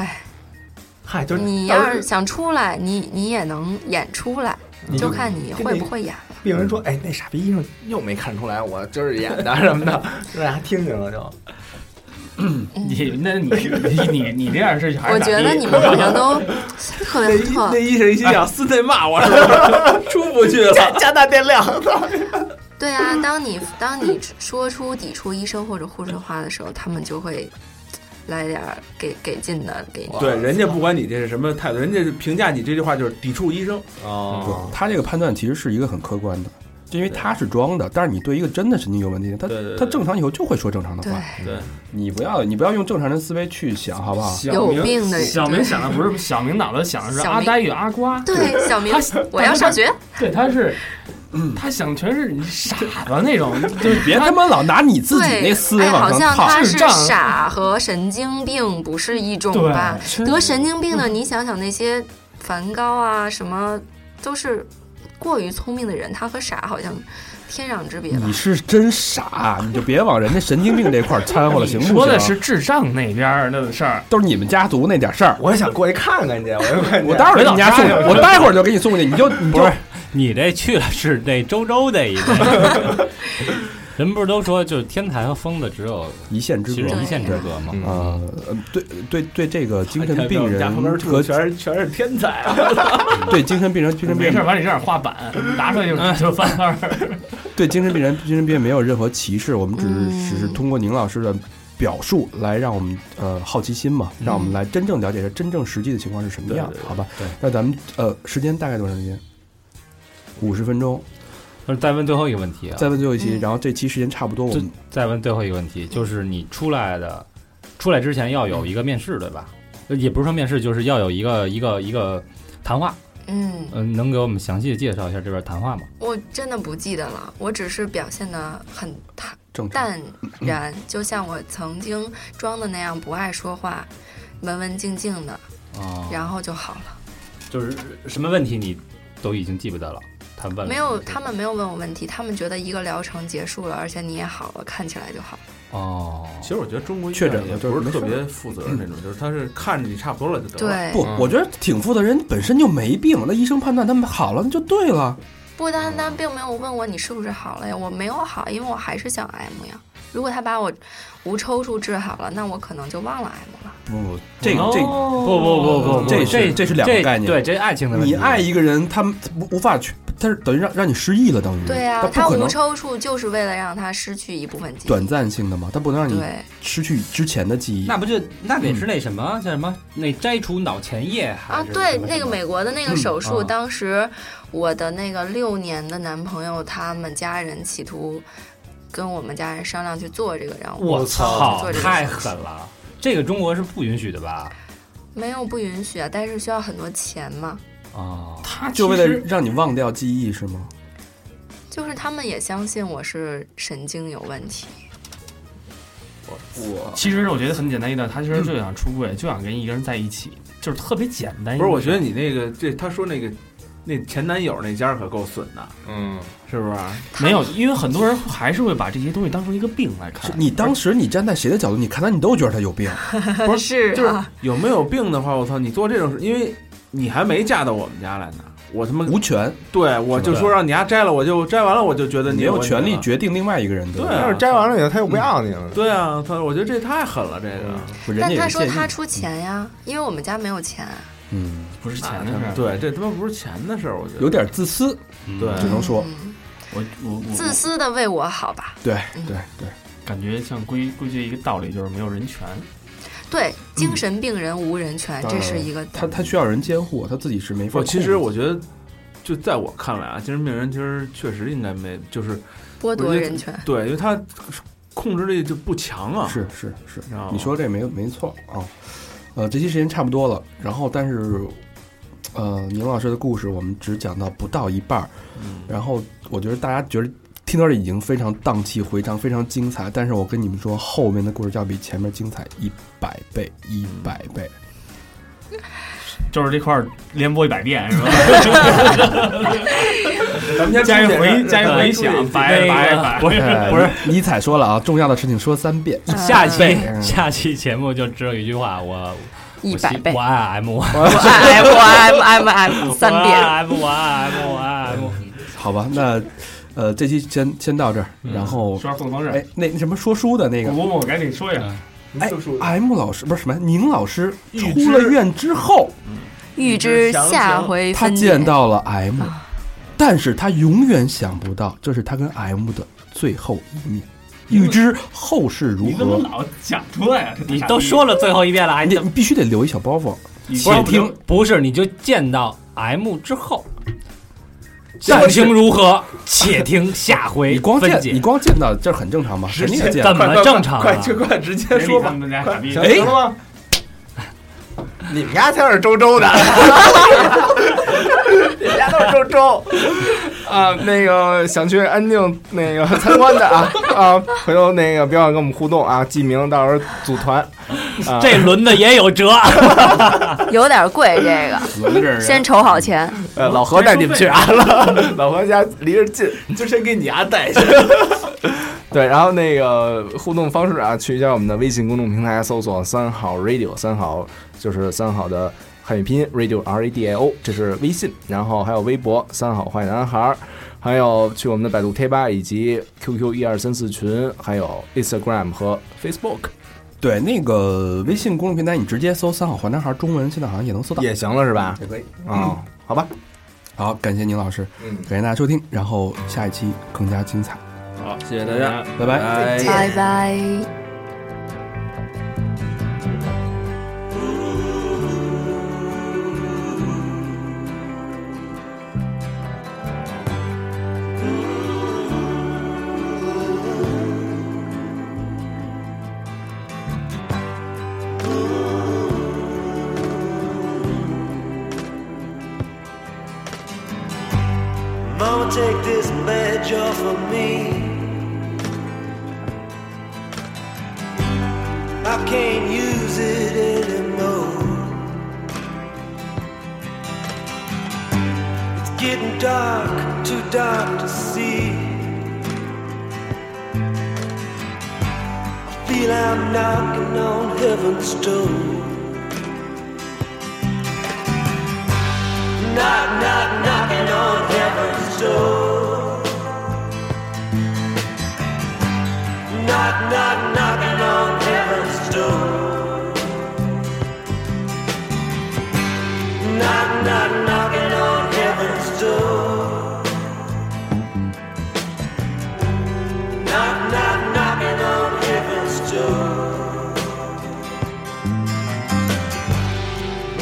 S3: 嗨，就是
S7: 你
S3: 到时
S7: 要是想出来，你你也能演出来，
S3: 你
S7: 就看你
S3: 跟
S7: 会
S3: 那
S7: 不会演。
S3: 病人说，哎，那傻逼医生又没看出来我就是演的什么的，让大家听听了就。
S5: 你那你你你你这样是还是
S7: 嗯我
S5: 咋
S7: 觉得
S5: 地 <laughs>
S7: 你们好
S3: <laughs>
S7: 像都特别不错
S6: 那。医生一心想，斯内骂我是不是？出不去了。
S3: 加加大电量，
S7: 对啊，当你当你说出抵触医生或者护士的话的时候，他们就会来点儿给给劲的给你。
S6: 对，人家不管你这是什么态度，人家评价你这句话就是抵触医生。
S3: 哦，
S2: 他这个判断其实是一个很客观的，就因为他是装的，但是你对一个真的神经有问题，他
S6: 对对对
S2: 他正常以后就会说正常的
S7: 对
S2: 话，，
S6: 对，
S2: 你不要你不要用正常人思维去想，好不
S7: <laughs>
S2: 好？
S7: 有病的人。
S5: 小明想的不是小明脑子想的是
S7: 小
S5: 阿
S7: 明
S5: 呆与阿瓜，
S7: 对小明
S5: 他，
S7: 我要上学。
S5: 对，他是，他想全是你傻子那种，就是
S2: 别他妈老拿你自己那
S7: 对
S2: 思，维
S7: 哎好
S2: 往
S7: 像
S2: 上套，
S7: 他
S5: 智
S7: 是
S5: 障
S7: 傻和神经病不是一种
S5: 对 <laughs>
S7: 吧？
S2: 真
S7: 得神经病的，你想想那些梵高啊，什么都是过于聪明的人，他和傻好像天壤之别吧
S2: 你？是真傻，啊你就别往人家神经病这块儿掺和了，行
S5: 你
S2: 不行？
S5: 说的是智障那边儿的事儿。
S2: 都是你们家族那点事儿。
S3: 我也想过去看看去，我就看见
S2: 我待会儿给你家送，我待会儿就给你送过去，你就你就
S4: 不是你这去了是那周周的一类。
S6: <laughs>
S4: 人不是都说就是天才和疯子只有
S2: 一线之
S4: 其
S2: 隔
S4: 实
S7: 对
S4: 一线之隔吗？
S3: 嗯
S2: 啊！呃对对对，这个精神病
S6: 家
S2: 人
S6: 旁边
S2: 和
S6: 住全是全是天才啊！
S2: 对精神病人、精神病
S5: 没事，
S2: 人
S5: 往你这儿嗯画板，拿出来就就翻那儿。
S2: 对精神病人、精神病人没有任何歧视，我们只
S7: 嗯
S2: 是只是通过宁老师的表述来让我们呃好奇心嘛，让我
S7: 嗯
S2: 们来真正了解一下真正实际的情况是什么样
S6: 对对，对
S2: 好吧
S4: 对？
S2: 那咱们呃时间大概多长时间？五十分钟，
S4: 就是再问最后一个问题啊，
S2: 再问最后一期，
S7: 嗯
S2: 然后这期时间差不多，我们
S4: 再问最后一个问题，就是你出来的，出来之前要有一个面试，对吧？呃也不是说面试，就是要有一个一个一个谈话。
S7: 嗯，
S4: 嗯、能给我们详细的介绍一下这边谈话吗？
S7: 我真的不记得了，我只是表现的很坦
S2: 正常。
S7: 淡然，就像我曾经装的那样，不爱说话，文文静静的，
S4: 啊、
S7: 然后就好了。
S4: 就是什么问题你都已经记不得了，他问了
S7: 没有，
S4: 什么
S7: 他们没有问我问题，他们觉得一个疗程结束了，而且你也好了，看起来就好。
S4: 哦，
S6: 其实我觉得中国医
S2: 确诊
S6: 院
S2: 了
S6: 也
S2: 就是
S6: 嗯不是
S2: 没事
S6: 特
S2: 儿
S6: 别负责任那种，就是他是看着你差不多了就得了。
S7: 对，
S2: 不，我觉得挺负责任，本身就没病，那医生判断他们好了，那就对了。
S7: 不单单并没有问我你是不是好了呀，我没有好，因为我还是想 M 呀。如果他把我无抽搿治好了，那我可能就忘了 M 了。
S2: 不，这个这个
S5: 哦
S4: 不不不不不，
S2: 这
S4: 这
S2: 是这是两个概念
S4: 对，这是爱情的问题。
S2: 你爱一个人，他们无无法去，他是等于让让你失忆了，等于
S7: 对呀、
S2: 嗯他
S7: 他
S2: 不可
S7: 无
S2: 能
S7: 抽搐就是为了让他失去一部分记
S2: 短
S7: 忆。
S2: 暂性的嘛，他不能让你
S7: 对，
S2: 失去之前的记忆。
S4: 那不就那得是那什么叫什么？那摘除脑前叶还
S7: 啊，
S4: 是
S7: 对
S4: 什，么
S7: 那个美国的那个手术，
S4: 啊
S7: 当时我的那个六年的男朋友，他们家人企图跟我们家人商量去做这个，然后
S4: 我操
S3: 哦
S7: 做，这个
S4: 太
S7: 手术
S4: 狠了！这个中国是不允许的吧？
S7: 没有不允许啊，但是需要很多钱嘛，
S4: 啊，
S5: 他
S2: 就为
S5: 其
S2: 了
S5: 实
S2: 让你忘掉记忆是吗？
S7: 就是他们也相信我是神经有问题，
S6: 呃
S5: 其实我觉得很简单一点，他其
S6: 嗯
S5: 实就想出柜，就想跟一个人在一起，就是特别简单。
S6: 不是，我觉得你那个这他说那个那前男友那家可够损的，
S3: 嗯，
S6: 是不是？
S5: 没有，因为很多人还是会把这些东西当成一个病来
S2: 是
S5: 看。
S2: 你当时你站在谁的角度，你看他，你都觉得他
S6: <laughs>
S2: 有病。
S6: 不
S7: 是
S6: 就是
S7: 啊
S6: 有没有病的话，我操，你做这种事，因为你还没嫁到我们家来呢，我他妈
S2: 无权，
S6: 对我就说让你家摘了，我就摘完了，我就觉得
S2: 你
S6: 你
S2: 没有
S6: 问题
S2: 权利
S6: 了
S2: 决定另外一个人的。
S6: 对
S3: 要
S6: 啊
S3: 是摘完了以后他又不要你了，
S6: 对啊，他我觉得这太狠了，这个
S2: 不人家
S7: 但
S2: 也
S7: 他
S2: 是
S7: 说
S2: 建议
S7: 他出钱呀，因为我们家没有钱，
S2: 嗯，
S5: 不是钱
S6: 那
S5: 的
S6: 他
S5: 事
S6: 妈
S5: 儿，
S6: 对，这他妈不是钱的事儿，我觉得
S2: 有点自私，
S4: 嗯
S6: 对
S2: 只能说
S7: 嗯
S5: 我我我
S7: 自私的为我好吧。
S2: 对
S7: 嗯
S2: 对对，
S5: 感觉像归归结一个道理，就是没有人权。
S7: 对，精神病人无人权，
S2: 当
S7: 这
S2: 然
S7: 是一个
S2: 他他需要人监护，他自己是没法
S6: 不，
S2: 控制。
S6: 其实我觉得，就在我看来啊，精神病人其实确实应该没，就是
S7: 剥
S6: 我
S7: 夺
S6: 觉得
S7: 人权。
S6: 对，因为他控制力就不强啊。
S2: 是是是
S6: 知
S5: 哦
S6: 道吗，
S2: 你说这没没错啊。呃，这期时间差不多了，然后但是呃宁老师的故事，我们只讲到不到一半儿，
S6: 嗯
S5: 嗯
S2: 然后我觉得大家觉得听到这已经非常荡气回肠，非常精彩。但是我跟你们说，后面的故事要比前面精彩一百倍，一百倍。
S5: 就是这块儿连播一百遍
S6: <laughs>
S5: 是吧？
S6: 咱们先
S5: <laughs> 加一
S6: 重点
S5: 回加一回
S6: 注
S5: 响
S6: 意，
S5: 白
S6: 哎
S5: 白白，
S4: 不是
S2: 哎
S4: 不是，
S2: 尼采说了啊，重要的事情说三遍。
S4: 下期 <laughs>
S2: 嗯
S4: 下期节目就只有一句话，我
S7: 嗯一百倍
S4: 我，爱 M，我
S7: 我爱 M M M M 三遍，
S4: 爱 M，我爱 M，我爱 M。
S2: 好吧，那呃，这期先先到这儿，然后
S5: 说点凤凰人。
S2: 哎，那那什么说书的那
S5: 我
S2: 个
S5: 我我赶紧说一下，
S2: 哎
S6: 就说
S2: M 老师不是什么宁老师
S6: 预
S2: 出了
S6: 知
S2: 院之后，
S7: 预知下回
S2: 他
S7: 分解
S2: 见。到了 M，但是他永远想不到这是他跟 M 的最后一面，预知后事如
S5: 你怎么
S2: 何。
S5: 老讲出来啊？
S4: 你都说了最后一遍了，还
S2: 你必须得留一小包袱，
S4: 且听，不是你就见到 M 之后，详情如何，且听下回
S2: 你光
S4: 分
S2: 见
S4: 解
S2: 你。光见到这很正常嘛，肯定也见
S4: 怎
S2: 到。
S4: 么正常
S6: 快
S4: 了？
S6: 快快，直接
S5: 别
S6: 说
S5: 说
S6: 吧
S5: 他。们家傻逼。
S2: 哎
S6: 行了吗？
S3: <laughs> 你们家才是周周的，你们家都是周周啊。那个想去安静那个参观的啊啊，回头那个别忘跟我们互动啊，记名到时候组团啊。
S4: 这轮子也有辙，
S7: 有点贵，这个
S2: 轮着
S7: 先筹好钱。
S3: 呃老何带你们去啊了， <laughs> 老何家离着近，就先给你家带去。 <laughs> 对，然后那个互动方式啊，去一下我们的微信公众平台，搜索“三好 radio”，三好就是三好的汉语拼音 radio r a d i o，这是微信，然后还有微博“三好坏男孩儿”，还有去我们的百度贴吧以及 QQ 一二三四群，还有 Instagram 和 Facebook
S2: 对那个微信公众平台，你直接搜“三好坏男孩”中文，现在好像也能搜到。
S3: 也行了，是吧？
S2: 也可以。
S3: 啊、好吧，
S2: 好，感谢宁老师，
S3: 嗯
S2: 感谢大家收听，然后下一期更加精彩，
S5: 好，
S6: 谢谢大家，
S2: 拜拜。
S6: 拜
S7: 拜拜。
S8: Mama, take this badge off of me. I can't use it anymore. It's getting dark, too dark to see. I feel I'm knocking on heaven's door. knock, knock, knocking on heaven's door. Knock, knock, knocking on heaven's door. Knock, knock, knocking on heaven's door. Knock, knock, knocking on heaven's door.